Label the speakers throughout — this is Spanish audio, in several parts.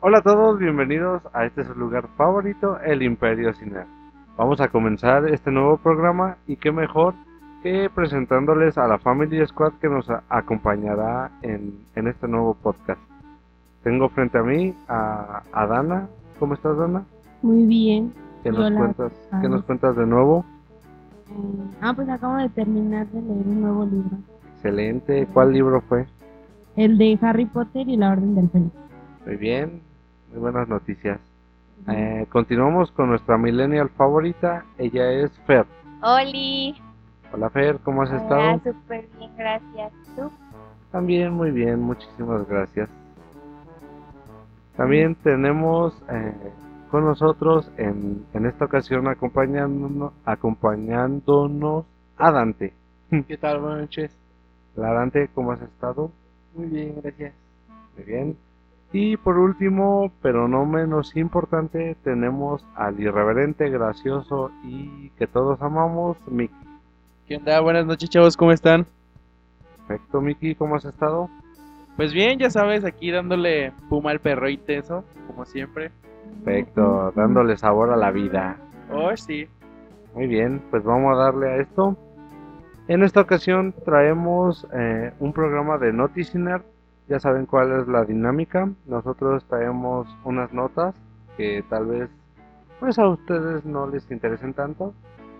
Speaker 1: Hola a todos, bienvenidos a este su lugar favorito, el Imperio Cine. Vamos a comenzar este nuevo programa y qué mejor que presentándoles a la Family Squad que nos a- acompañará en, en este nuevo podcast. Tengo frente a mí a, a Dana. ¿Cómo estás, Dana?
Speaker 2: Muy bien.
Speaker 1: ¿Qué nos,
Speaker 2: Hola.
Speaker 1: cuentas, ¿Qué
Speaker 2: Ah.
Speaker 1: nos cuentas de nuevo?
Speaker 2: Eh, ah, pues acabo de terminar de leer un nuevo libro.
Speaker 1: Excelente. ¿Cuál libro fue?
Speaker 2: El de Harry Potter y la Orden del Fénix.
Speaker 1: Muy bien. Muy buenas noticias. Eh, continuamos con nuestra millennial favorita. Ella es Fer.
Speaker 3: Oli,
Speaker 1: Hola Fer, ¿cómo has
Speaker 3: hola,
Speaker 1: estado?
Speaker 3: súper bien, gracias. ¿Tú?
Speaker 1: También muy bien, muchísimas gracias. También tenemos eh, con nosotros en, en esta ocasión acompañándonos, acompañándonos a Dante.
Speaker 4: ¿Qué tal? Buenas noches.
Speaker 1: Hola Dante, ¿cómo has estado?
Speaker 4: Muy bien, gracias.
Speaker 1: Muy bien. Y por último, pero no menos importante, tenemos al irreverente, gracioso y que todos amamos, Miki.
Speaker 4: ¿Qué onda? Buenas noches, chavos. ¿Cómo están?
Speaker 1: Perfecto, Miki, ¿cómo has estado?
Speaker 4: Pues bien, ya sabes, aquí dándole puma al perro intenso, como siempre.
Speaker 1: Perfecto, dándole sabor a la vida.
Speaker 4: Oh, sí.
Speaker 1: Muy bien, pues vamos a darle a esto. En esta ocasión traemos eh, un programa de Noticiner. Ya saben cuál es la dinámica. Nosotros traemos unas notas que tal vez pues a ustedes no les interesen tanto,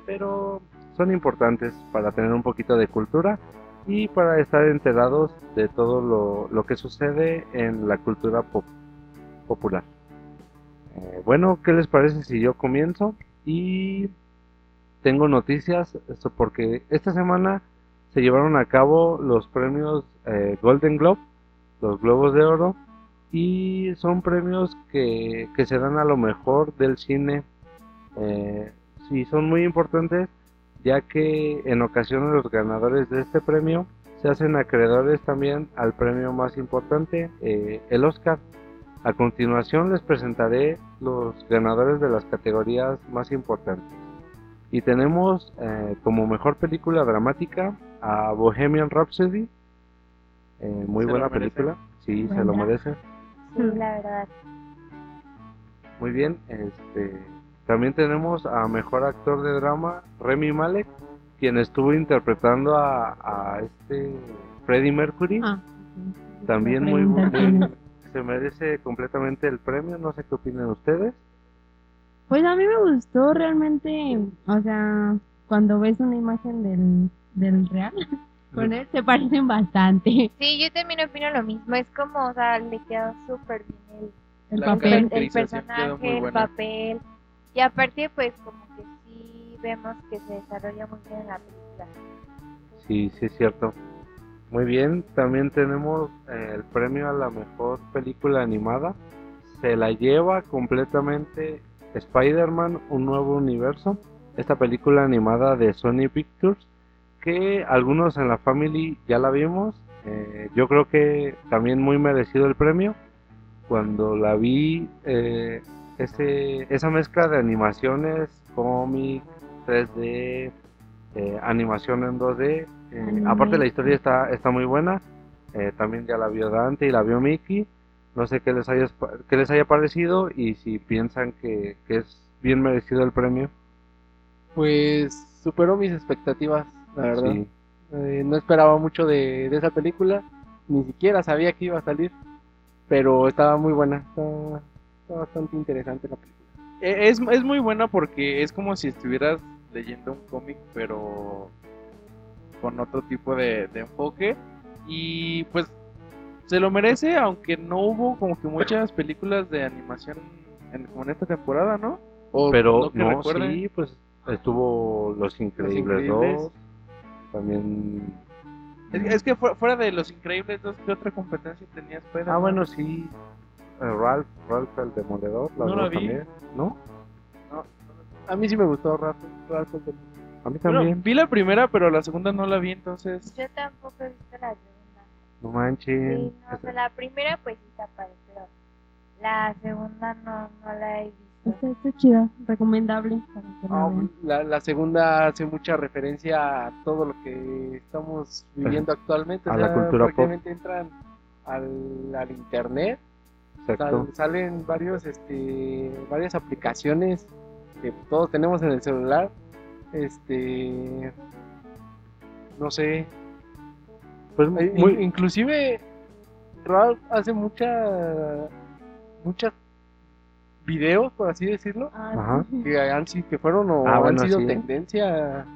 Speaker 1: pero son importantes para tener un poquito de cultura y para estar enterados de todo lo, lo que sucede en la cultura pop- popular. Eh, bueno, ¿qué les parece si yo comienzo? Y tengo noticias esto porque esta semana se llevaron a cabo los premios eh, Golden Globe, los Globos de Oro, y son premios que, que se dan a lo mejor del cine. Eh, y son muy importantes ya que en ocasiones los ganadores de este premio se hacen acreedores también al premio más importante, eh, el Oscar. A continuación les presentaré los ganadores de las categorías más importantes. Y tenemos eh, como mejor película dramática a Bohemian Rhapsody. Eh, muy
Speaker 4: Se lo
Speaker 1: buena
Speaker 4: merece.
Speaker 1: película. Sí, se lo
Speaker 2: Buena.
Speaker 1: merece.
Speaker 3: Sí,
Speaker 2: Mm.
Speaker 3: la verdad.
Speaker 1: Muy bien. Este, también tenemos a mejor actor de drama, Remy Malek, quien estuvo interpretando a, a este Freddie Mercury.
Speaker 2: Ah, ok.
Speaker 1: También muy,
Speaker 2: Pregunta,
Speaker 1: muy-
Speaker 2: ¿quién es?
Speaker 1: se merece completamente el premio. No sé qué opinen ustedes.
Speaker 2: Pues a mí me gustó realmente, o sea, cuando ves una imagen del, del real, con él se parecen bastante
Speaker 3: Sí, yo también opino lo mismo. Es como, o sea, le quedó súper bien
Speaker 2: el
Speaker 4: La
Speaker 3: el- el,
Speaker 2: papel.
Speaker 4: cara. caracterización quedó muy
Speaker 3: personaje, el
Speaker 4: buena.
Speaker 3: papel. Y aparte, pues, como que sí vemos que se desarrolla muy bien en la película.
Speaker 1: Sí, sí es cierto. Muy bien, también tenemos eh, el premio a la mejor película animada. Se la lleva completamente Spider-Man, un nuevo universo. Esta película animada de Sony Pictures, que algunos en la family ya la vimos. Eh, yo creo que también muy merecido el premio. Cuando la vi, eh, ese, esa mezcla de animaciones, cómic, 3D, eh, animación en 2D. eh,
Speaker 2: Anime.
Speaker 1: aparte la historia está, está muy buena. Eh, también ya la vio Dante y la vio Mickey. No sé qué les haya, qué les haya parecido y si piensan que, que es bien merecido el premio.
Speaker 4: Pues superó mis expectativas, la verdad.
Speaker 1: Sí,
Speaker 4: Eh, no esperaba mucho de, de esa película, ni siquiera sabía que iba a salir, pero estaba muy buena. Está, está bastante interesante la película. Eh, Es, es muy buena porque es como si estuvieras leyendo un cómic, pero con otro tipo de, de enfoque. Y pues se lo merece, aunque no hubo como que muchas películas de animación en, como en esta temporada, ¿no? O
Speaker 1: Pero
Speaker 4: que
Speaker 1: no,
Speaker 4: recuerde.
Speaker 1: sí, pues estuvo Los Increíbles
Speaker 4: Increíbles.
Speaker 1: 2. También.
Speaker 4: Es, es que fu- fuera de Los Increíbles, dos, ¿qué otra competencia tenías?
Speaker 1: Ah, bueno, sí. eh, Ralph, Ralph el Demoledor, la
Speaker 4: No la
Speaker 1: vimos
Speaker 4: vi.
Speaker 1: también. ¿No?
Speaker 4: A mí sí me gustó Ralph, Ralph el Demoledor.
Speaker 1: A mí
Speaker 4: Bueno,
Speaker 1: también.
Speaker 4: vi la primera, pero la segunda no la vi, entonces.
Speaker 3: Yo tampoco he visto la segunda.
Speaker 1: No manchen.
Speaker 3: Sí, no, o sea, la primera, pues sí está padre, pero la segunda no, no la he visto.
Speaker 2: Está, está chida, recomendable para que la
Speaker 4: Ah,
Speaker 2: vean.
Speaker 4: la, la segunda hace mucha referencia a todo lo que estamos viviendo actualmente.
Speaker 1: A
Speaker 4: o
Speaker 1: la
Speaker 4: sea,
Speaker 1: cultura pop.
Speaker 4: prácticamente entran al, al internet
Speaker 1: Exacto.
Speaker 4: Sal- salen varios, este, varias aplicaciones que todos tenemos en el celular. Este, no sé,
Speaker 1: Pues
Speaker 4: eh,
Speaker 1: muy,
Speaker 4: in- inclusive Ralph hace mucha, muchas videos, por así decirlo,
Speaker 2: Ah,
Speaker 1: Ajá.
Speaker 4: que han sido, que fueron o
Speaker 1: Ah,
Speaker 4: han
Speaker 1: bueno,
Speaker 4: sido
Speaker 1: sí.
Speaker 4: tendencia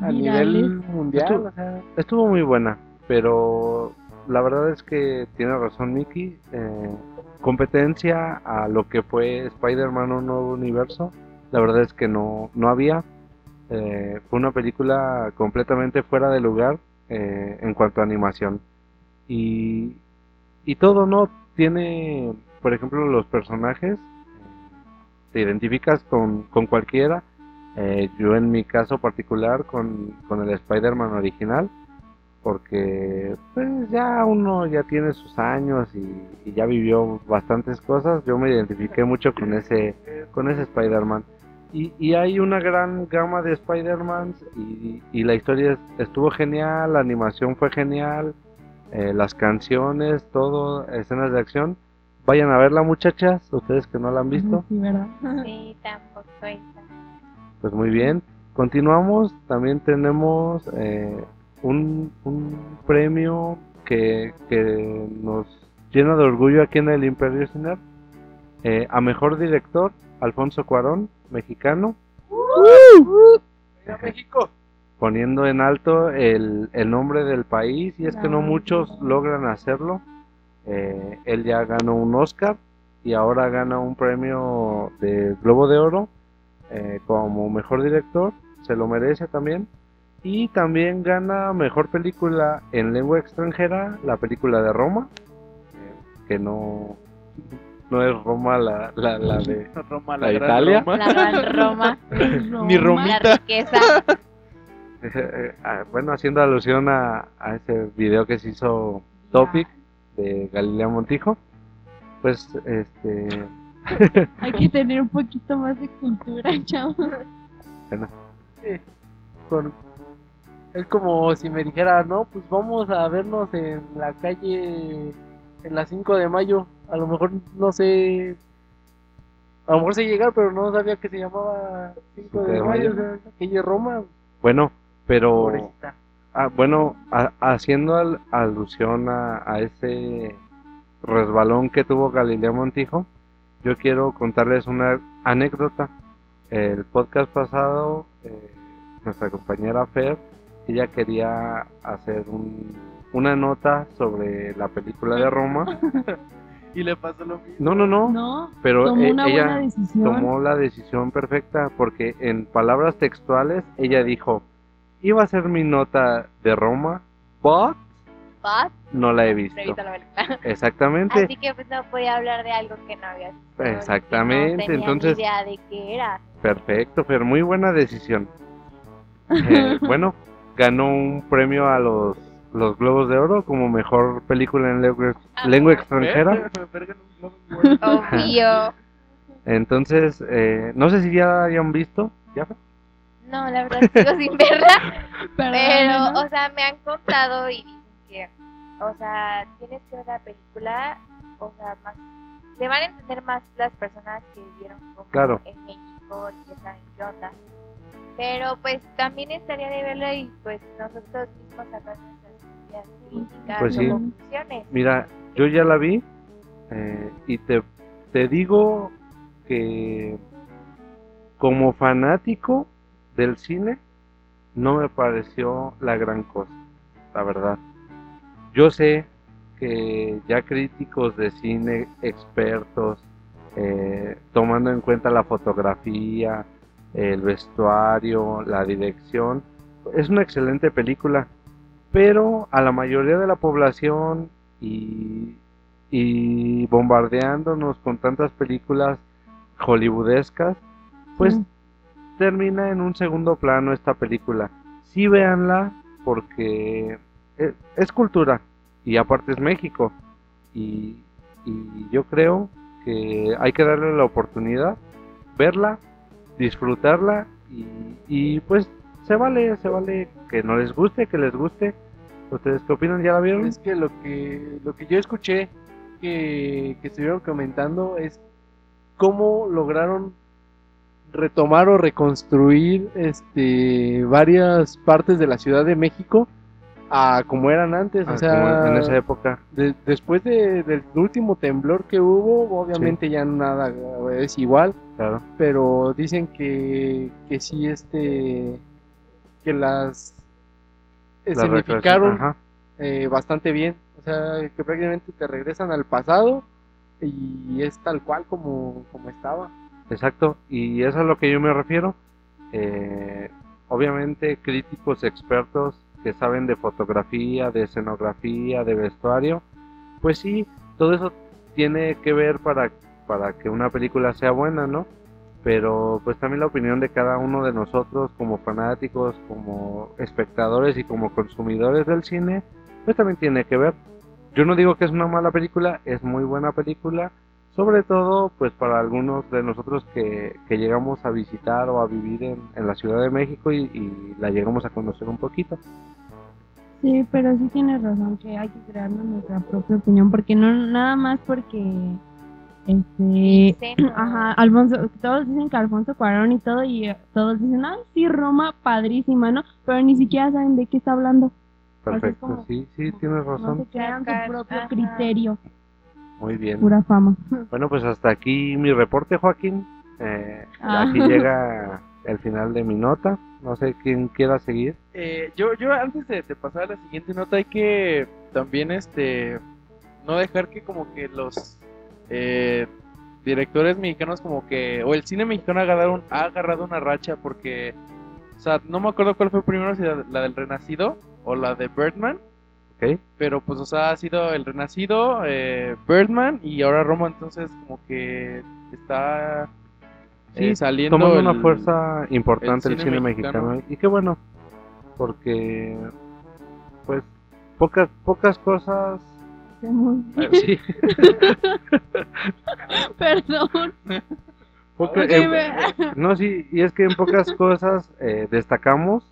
Speaker 4: a
Speaker 2: Virales.
Speaker 4: nivel mundial.
Speaker 1: Esto-
Speaker 4: o sea,
Speaker 1: estuvo muy buena, pero la verdad es que tiene razón Mickey. eh, competencia a lo que fue Spider-Man Un Nuevo Universo, la verdad es que no, no había. Eh, fue una película completamente fuera de lugar eh, en cuanto a animación. Y, y todo, ¿no? Tiene, por ejemplo, los personajes, te identificas con, con cualquiera. Eh, yo en mi caso particular con, con el Spider-Man original, porque pues ya uno ya tiene sus años y, y ya vivió bastantes cosas, yo me identifiqué mucho con ese, con ese Spider-Man. Y, y hay una gran gama de Spider-Mans y, y la historia es- estuvo genial, la animación fue genial, eh, las canciones, todo, escenas de acción. Vayan a verla muchachas, ustedes que no la han visto.
Speaker 2: Sí, ¿verdad?
Speaker 3: Sí, tampoco está.
Speaker 1: Pues muy bien. Continuamos. También tenemos eh, un, un premio que, que nos llena de orgullo aquí en el Imperio Ciner. Eh, a mejor director, Alfonso Cuarón, mexicano,
Speaker 4: ¡Viva México!
Speaker 1: poniendo en alto el, el nombre del país. Y es que no
Speaker 2: Claro.
Speaker 1: muchos logran hacerlo. Eh, él ya ganó un Oscar y ahora gana un premio de Globo de Oro eh, como mejor director, se lo merece también. Y también gana mejor película en lengua extranjera, la película de Roma, eh, que no, no es Roma la, la, la de eh,
Speaker 4: Roma,
Speaker 1: ¿La
Speaker 4: la gran
Speaker 1: Italia?
Speaker 4: Roma.
Speaker 3: La gran Roma,
Speaker 4: Ni Roma.
Speaker 3: la riqueza.
Speaker 1: Ah, bueno, haciendo alusión a, a ese video que se hizo Topic de Galilea Montijo, pues este
Speaker 2: Hay que tener un poquito más de cultura, chavos.
Speaker 4: con- es como si me dijera, no, pues vamos a vernos en la calle en la 5 de mayo. A lo mejor no sé, a lo mejor sé llegar, pero no sabía que se llamaba 5 de,
Speaker 1: de
Speaker 4: mayo,
Speaker 1: mayo. Oh.
Speaker 4: o sea, la calle Roma.
Speaker 1: bueno, pero
Speaker 4: Pobrecita.
Speaker 1: Ah, bueno, a- haciendo al- alusión a, a ese resbalón que tuvo Galilea Montijo, yo quiero contarles una anécdota. El podcast pasado, eh, nuestra compañera Fer, ella quería hacer un- una nota sobre la película de Roma.
Speaker 4: Y le pasó lo mismo.
Speaker 1: No, no, no,
Speaker 2: No,
Speaker 1: pero
Speaker 2: tomó
Speaker 1: eh,
Speaker 2: una
Speaker 1: ella
Speaker 2: buena decisión.
Speaker 1: tomó la decisión perfecta porque en palabras textuales ella dijo, iba a ser mi nota de Roma, but
Speaker 3: Paz,
Speaker 1: no la he visto.
Speaker 3: revisa la película.
Speaker 1: Exactamente.
Speaker 3: Así que pues no podía hablar de algo que no había visto, porque
Speaker 1: Exactamente,
Speaker 3: No tenía ni
Speaker 1: entonces-
Speaker 3: idea de qué era.
Speaker 1: Perfecto, Fer. Muy buena decisión. Eh, bueno, ganó un premio a los, los Globos de Oro como mejor película en lengua, lengua extranjera.
Speaker 3: Obvio.
Speaker 1: Entonces, eh, no sé si ya la hayan visto. ¿Ya, Fer?
Speaker 3: No, la verdad sigo sin verla, pero,
Speaker 2: Perdónenos.
Speaker 3: o sea, me han contado y dicen que, o sea, tienes que ver la película, o sea, más, le van a entender más las personas que vivieron como
Speaker 1: Claro.
Speaker 3: en México y que saben qué onda. Pero, pues, también estaría de verla y, pues, nosotros mismos sacar nuestras ideas críticas
Speaker 1: Pues
Speaker 3: o
Speaker 1: sí.
Speaker 3: conclusiones.
Speaker 1: Mira, yo ya la vi eh, y te, te digo que como fanático del cine no me pareció la gran cosa, la verdad. Yo sé que ya críticos de cine expertos, eh, tomando en cuenta la fotografía, el vestuario, la dirección, es una excelente película, pero a la mayoría de la población y, y bombardeándonos con tantas películas hollywoodescas, pues
Speaker 2: Sí.
Speaker 1: termina en un segundo plano esta película. Sí véanla porque es, es cultura y aparte es México y, y yo creo que hay que darle la oportunidad, verla, disfrutarla y, y pues se vale, se vale que no les guste, que les guste. ¿Ustedes qué opinan? ¿Ya la vieron?
Speaker 4: Es que lo que lo que yo escuché
Speaker 5: que, que estuvieron comentando es cómo lograron retomar o reconstruir este varias partes de la Ciudad de México a como eran antes,
Speaker 1: Ah,
Speaker 5: o sea,
Speaker 1: como en esa época.
Speaker 5: de- después de- del último temblor que hubo, obviamente ya nada es igual,
Speaker 1: Claro.
Speaker 5: pero dicen que, que sí, este, que las eh,
Speaker 1: la recreación,
Speaker 5: escenificaron
Speaker 1: ajá.
Speaker 5: eh, bastante bien, o sea, que prácticamente te regresan al pasado y es tal cual como, como estaba.
Speaker 1: Exacto, y eso es a lo que yo me refiero. Eh, obviamente críticos expertos que saben de fotografía, de escenografía, de vestuario, pues sí, todo eso tiene que ver para, para que una película sea buena, ¿no? Pero pues también la opinión de cada uno de nosotros como fanáticos, como espectadores y como consumidores del cine, pues también tiene que ver. Yo no digo que es una mala película, es muy buena película, sobre todo pues para algunos de nosotros que, que llegamos a visitar o a vivir en, en la Ciudad de México y, y la llegamos a conocer un poquito.
Speaker 2: Sí, pero sí tienes razón que hay que crearnos nuestra propia opinión, porque no nada más porque este
Speaker 3: Dicen,
Speaker 2: ajá, Alfonso, todos dicen que Alfonso Cuarón y todo y eh, todos dicen, "Ay, sí, Roma padrísima, ¿no?" Pero ni siquiera saben de qué está hablando. Pues es
Speaker 1: Perfecto,
Speaker 2: como-
Speaker 1: sí, sí, tienes
Speaker 2: No se
Speaker 1: razón.
Speaker 2: crean su
Speaker 3: Sacar,
Speaker 2: propio
Speaker 3: ajá.
Speaker 2: criterio,
Speaker 1: Muy bien.
Speaker 2: pura fama.
Speaker 1: Bueno, pues hasta aquí mi reporte, Joaquín. Eh,
Speaker 2: Ah.
Speaker 1: Aquí llega el final de mi nota. No sé quién quiera seguir.
Speaker 5: Eh, yo, yo antes de, de pasar a la siguiente nota hay que también este no dejar que como que los eh, directores mexicanos como que o el cine mexicano ha agarrado, un- ha agarrado una racha porque o sea no me acuerdo cuál fue primero si la, la del Renacido o la de Birdman
Speaker 1: ¿ok?
Speaker 5: pero pues o sea ha sido el Renacido eh, Birdman y ahora Roma entonces como que está eh,
Speaker 1: Sí,
Speaker 5: saliendo
Speaker 1: Tomando una
Speaker 5: el-
Speaker 1: fuerza importante
Speaker 5: el
Speaker 1: el
Speaker 5: cine
Speaker 1: cine,
Speaker 5: mexicano.
Speaker 1: mexicano. Y qué bueno, porque pues pocas, pocas cosas...
Speaker 2: Hacemos-
Speaker 1: eh, sí,
Speaker 2: Perdón.
Speaker 1: poca-
Speaker 2: Oye,
Speaker 1: eh,
Speaker 2: ve-
Speaker 1: No, sí, y es que en pocas cosas eh, destacamos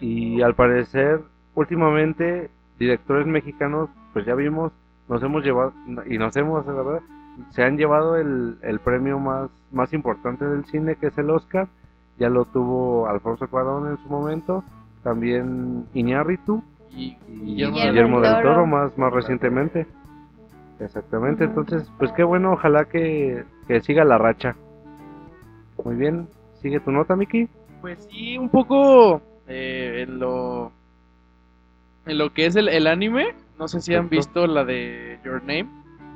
Speaker 1: y al parecer últimamente directores mexicanos, pues ya vimos, nos hemos llevado, y nos hemos, la verdad, se han llevado el, el premio más, más importante del cine, que es el Oscar, ya lo tuvo Alfonso Cuarón en su momento, también Iñárritu
Speaker 5: y,
Speaker 1: y
Speaker 5: Guillermo
Speaker 1: Guillermo,
Speaker 5: del
Speaker 1: del Toro,
Speaker 3: Toro.
Speaker 1: más, más recientemente. Exactamente,
Speaker 2: Ujú.
Speaker 1: entonces, pues qué bueno, ojalá que, que siga la racha. Muy bien, sigue tu nota, Miki.
Speaker 5: Pues sí, un poco eh, en lo en lo que es el, el anime. No sé si han
Speaker 1: Perfecto.
Speaker 5: visto la de Your Name.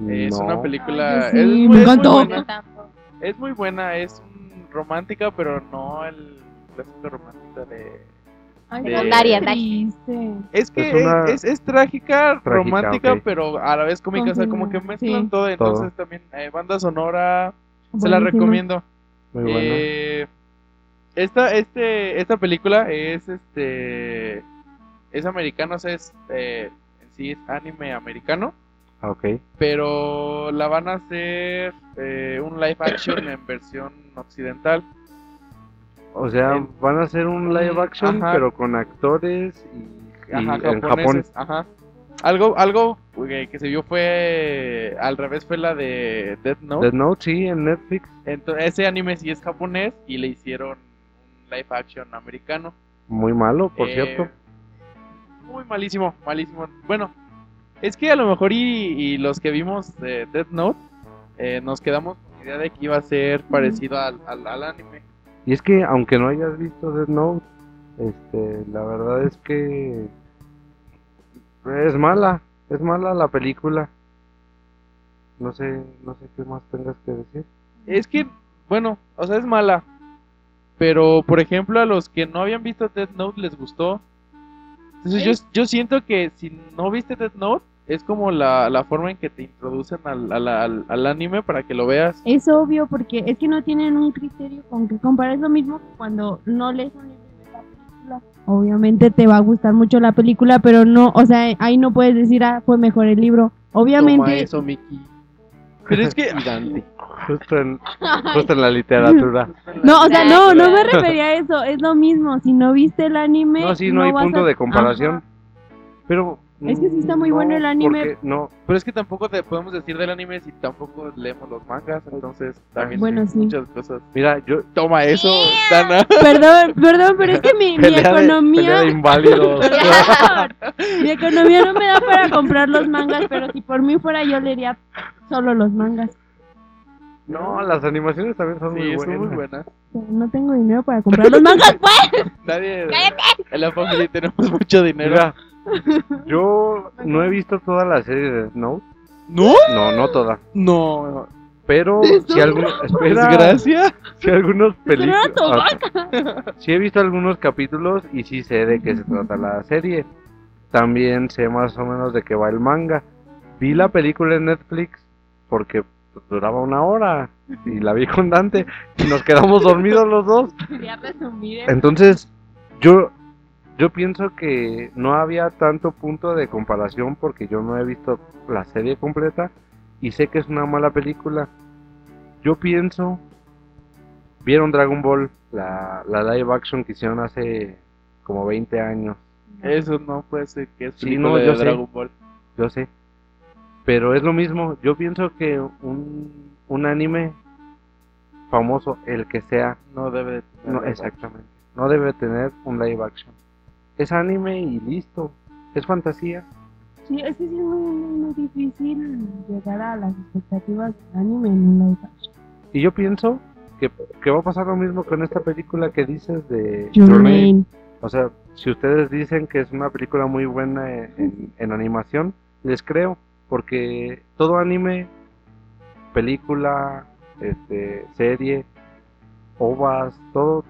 Speaker 5: Eh, Es
Speaker 1: No.
Speaker 5: una película.
Speaker 2: Ay, yo sí,
Speaker 5: es,
Speaker 2: me
Speaker 5: muy- es
Speaker 2: encantó.
Speaker 5: Muy
Speaker 3: yo
Speaker 5: buena,
Speaker 3: tampoco.
Speaker 5: es muy buena, es mm, romántica, pero no el clásico romántico de.
Speaker 1: eh,
Speaker 2: Ay,
Speaker 5: De-
Speaker 2: qué
Speaker 5: Daria,
Speaker 3: Daria.
Speaker 2: triste.
Speaker 5: Es que
Speaker 1: Es una-
Speaker 5: es, es trágica,
Speaker 1: Trágica,
Speaker 5: romántica,
Speaker 1: ok.
Speaker 5: pero a la vez cómica. O sea, como que
Speaker 2: Combina, sí.
Speaker 5: mezclan todo. Entonces también eh, banda sonora. Se la
Speaker 2: Buenísima.
Speaker 5: recomiendo.
Speaker 1: Muy buena.
Speaker 5: Eh, esta, este, esta película es este es americano, o sea, es eh, en sí es anime americano,
Speaker 1: Ah, ok.
Speaker 5: pero la van a hacer eh, un live action en versión occidental.
Speaker 1: O sea,
Speaker 5: el-
Speaker 1: van a hacer un live action,
Speaker 5: Ajá.
Speaker 1: pero con actores y, y
Speaker 5: Ajá,
Speaker 1: en Japón.
Speaker 5: japoneses, ajá. Algo, algo eh, que se vio fue al revés fue la de Death Note.
Speaker 1: Death Note, sí, en Netflix.
Speaker 5: Entonces, ese anime sí es japonés y le hicieron un live action americano.
Speaker 1: Muy malo, por
Speaker 5: Eh,
Speaker 1: cierto.
Speaker 5: Muy malísimo, malísimo. Bueno, es que a lo mejor y, y los que vimos de Death Note eh, nos quedamos con la idea de que iba a ser parecido al, al, al anime.
Speaker 1: Y es que aunque no hayas visto Death Note, este, la verdad es que es mala, es mala la película. No sé, no sé qué más tengas que decir.
Speaker 5: Es que, bueno, o sea, es mala. Pero, por ejemplo, a los que no habían visto Death Note les gustó. Entonces, yo, yo siento que si no viste Death Note, es como la, la forma en que te introducen al, al- al- al anime para que lo veas.
Speaker 2: Es obvio porque es que no tienen un criterio con que comparar. Es lo mismo que cuando no lees un libro y ves la película. Obviamente te va a gustar mucho la película, pero no, o sea, ahí no puedes decir, ah, fue mejor el libro.
Speaker 5: Toma
Speaker 2: Obviamente.
Speaker 5: eso, Mickey. Pero es que...
Speaker 1: Y Dante. Justo en, justo en la literatura.
Speaker 2: No, o sea, no, no me refería a eso. Es lo mismo. Si no viste el anime.
Speaker 1: No, sí, no, hay
Speaker 2: vas
Speaker 1: punto
Speaker 2: a-
Speaker 1: de comparación.
Speaker 2: Ajá.
Speaker 1: Pero
Speaker 2: Es que sí está muy
Speaker 1: No,
Speaker 2: bueno el anime.
Speaker 1: porque- no,
Speaker 5: Pero es que tampoco te podemos decir del anime si tampoco leemos los mangas, entonces también
Speaker 2: Bueno,
Speaker 5: hay
Speaker 2: sí.
Speaker 5: muchas cosas.
Speaker 1: mira, yo,
Speaker 5: Toma eso, Dana.
Speaker 2: Perdón, perdón, pero es que mi, mi
Speaker 1: pelea de- pelea
Speaker 2: economía.
Speaker 1: de inválidos.
Speaker 2: Perdón. mi economía no me da para comprar los mangas, pero si por mí fuera yo leería solo los mangas.
Speaker 1: No, las animaciones también son
Speaker 5: Sí,
Speaker 1: muy
Speaker 5: son
Speaker 1: buenas.
Speaker 5: muy buenas.
Speaker 2: Pero no tengo dinero para comprar los mangas, pues.
Speaker 5: Nadie. En la familia tenemos mucho dinero.
Speaker 1: Mira, yo no he visto toda la serie de Snow.
Speaker 5: ¿No?
Speaker 1: No, no toda.
Speaker 5: No.
Speaker 1: Pero
Speaker 2: ¿De
Speaker 1: si
Speaker 2: Snow?
Speaker 1: algunos, espera,
Speaker 5: Desgracia.
Speaker 1: si algunos Ah,
Speaker 2: Pero era
Speaker 1: películas,
Speaker 2: Tobaca.
Speaker 1: sí he visto algunos capítulos y sí sé de qué se trata la serie. También sé más o menos de qué va el manga. Vi la película en Netflix porque duraba una hora y la vi con Dante y nos quedamos dormidos los dos.
Speaker 2: Quería resumir
Speaker 1: ¿eh?
Speaker 2: el-
Speaker 1: Entonces, yo, yo pienso que no había tanto punto de comparación porque yo no he visto la serie completa y sé que es una mala película. Yo pienso, vieron Dragon Ball, la, la live action que hicieron hace como 20 años,
Speaker 5: Eso no puede ser que es
Speaker 1: Sí,
Speaker 5: película
Speaker 1: no, yo
Speaker 5: de
Speaker 1: sé.
Speaker 5: Dragon Ball.
Speaker 1: yo sé. Pero es lo mismo, yo pienso que un, un anime famoso, el que sea,
Speaker 5: No debe de tener
Speaker 1: No,
Speaker 5: live
Speaker 1: exactamente. No debe tener un live action. Es anime y listo. Es fantasía.
Speaker 2: Sí, es que sí es muy, muy, muy difícil llegar a las expectativas del anime en un live action.
Speaker 1: Y yo pienso que, que va a pasar lo mismo con esta película que dices de
Speaker 2: Your
Speaker 1: Journey.
Speaker 2: Name.
Speaker 1: O sea, si ustedes dicen que es una película muy buena en, en- en animación, les creo. Porque todo anime, película, este, serie, ovas, todo,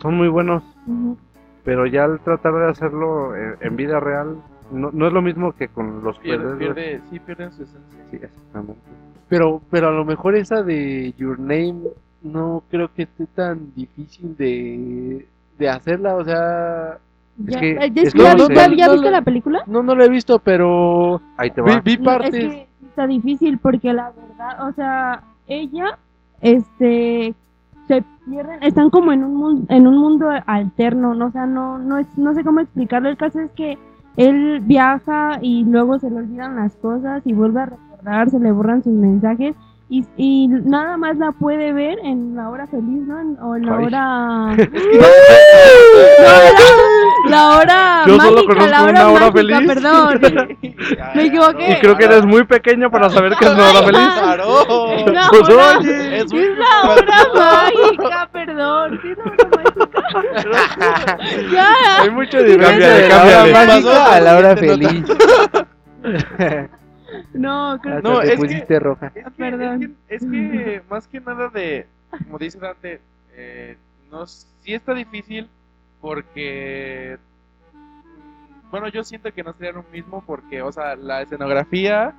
Speaker 1: son muy buenos.
Speaker 2: Ujú.
Speaker 1: pero ya al tratar de hacerlo eh, en, en vida real, no, no es lo mismo que con los
Speaker 5: action. Pierde,
Speaker 1: jueces.
Speaker 5: pierde, sí, pierden su esencia.
Speaker 1: Sí, exactamente.
Speaker 5: Pero, pero a lo mejor esa de Your Name no creo que esté tan difícil de, de hacerla. O sea,
Speaker 2: Ya-
Speaker 1: que-
Speaker 2: eh,
Speaker 1: es
Speaker 2: ¿Ya
Speaker 1: que
Speaker 2: ya
Speaker 1: no sé.
Speaker 2: vi- ya- ya
Speaker 5: No
Speaker 2: viste
Speaker 5: lo-
Speaker 2: la película?
Speaker 5: no, no la he visto, pero
Speaker 1: Ahí te
Speaker 5: vi,
Speaker 1: va.
Speaker 5: vi
Speaker 2: No,
Speaker 5: partes.
Speaker 2: Es que sí está difícil porque la verdad, o sea, ella, este, se pierden, están como en un mundo, en un mundo alterno, ¿no? o sea, no, no es, no sé cómo explicarlo. El caso es que él viaja y luego se le olvidan las cosas y vuelve a recordar, se le borran sus mensajes y, y nada más la puede ver en la hora feliz, ¿no? En- o en la
Speaker 1: Ay.
Speaker 2: hora, No, la, la hora
Speaker 1: Yo solo
Speaker 2: mágica, la
Speaker 1: conozco
Speaker 2: hora,
Speaker 1: una hora
Speaker 2: mágica,
Speaker 1: feliz.
Speaker 2: perdón. Me equivoqué. Ah,
Speaker 1: Y creo que eres muy pequeño para saber que es una hora feliz.
Speaker 5: Claro.
Speaker 2: No,
Speaker 1: Pues
Speaker 2: ahora-
Speaker 1: oye,
Speaker 5: es
Speaker 2: es
Speaker 5: muy
Speaker 2: la hora mágica, perdón. Sí, es la hora mágica. Ya.
Speaker 1: Hay mucho
Speaker 5: Cámbiale,
Speaker 1: diferencia.
Speaker 5: cámbiale.
Speaker 1: cámbiale.
Speaker 5: Pasó
Speaker 6: a la hora
Speaker 5: por siguiente
Speaker 6: feliz.
Speaker 2: No, creo
Speaker 5: No,
Speaker 6: no,
Speaker 5: es que-
Speaker 6: pusiste roja.
Speaker 5: Es que,
Speaker 2: Perdón.
Speaker 5: es que, es que más que nada de, como dice Dante, eh, no, sí está difícil porque, mm, bueno, yo siento que no sería lo mismo porque, o sea, la escenografía,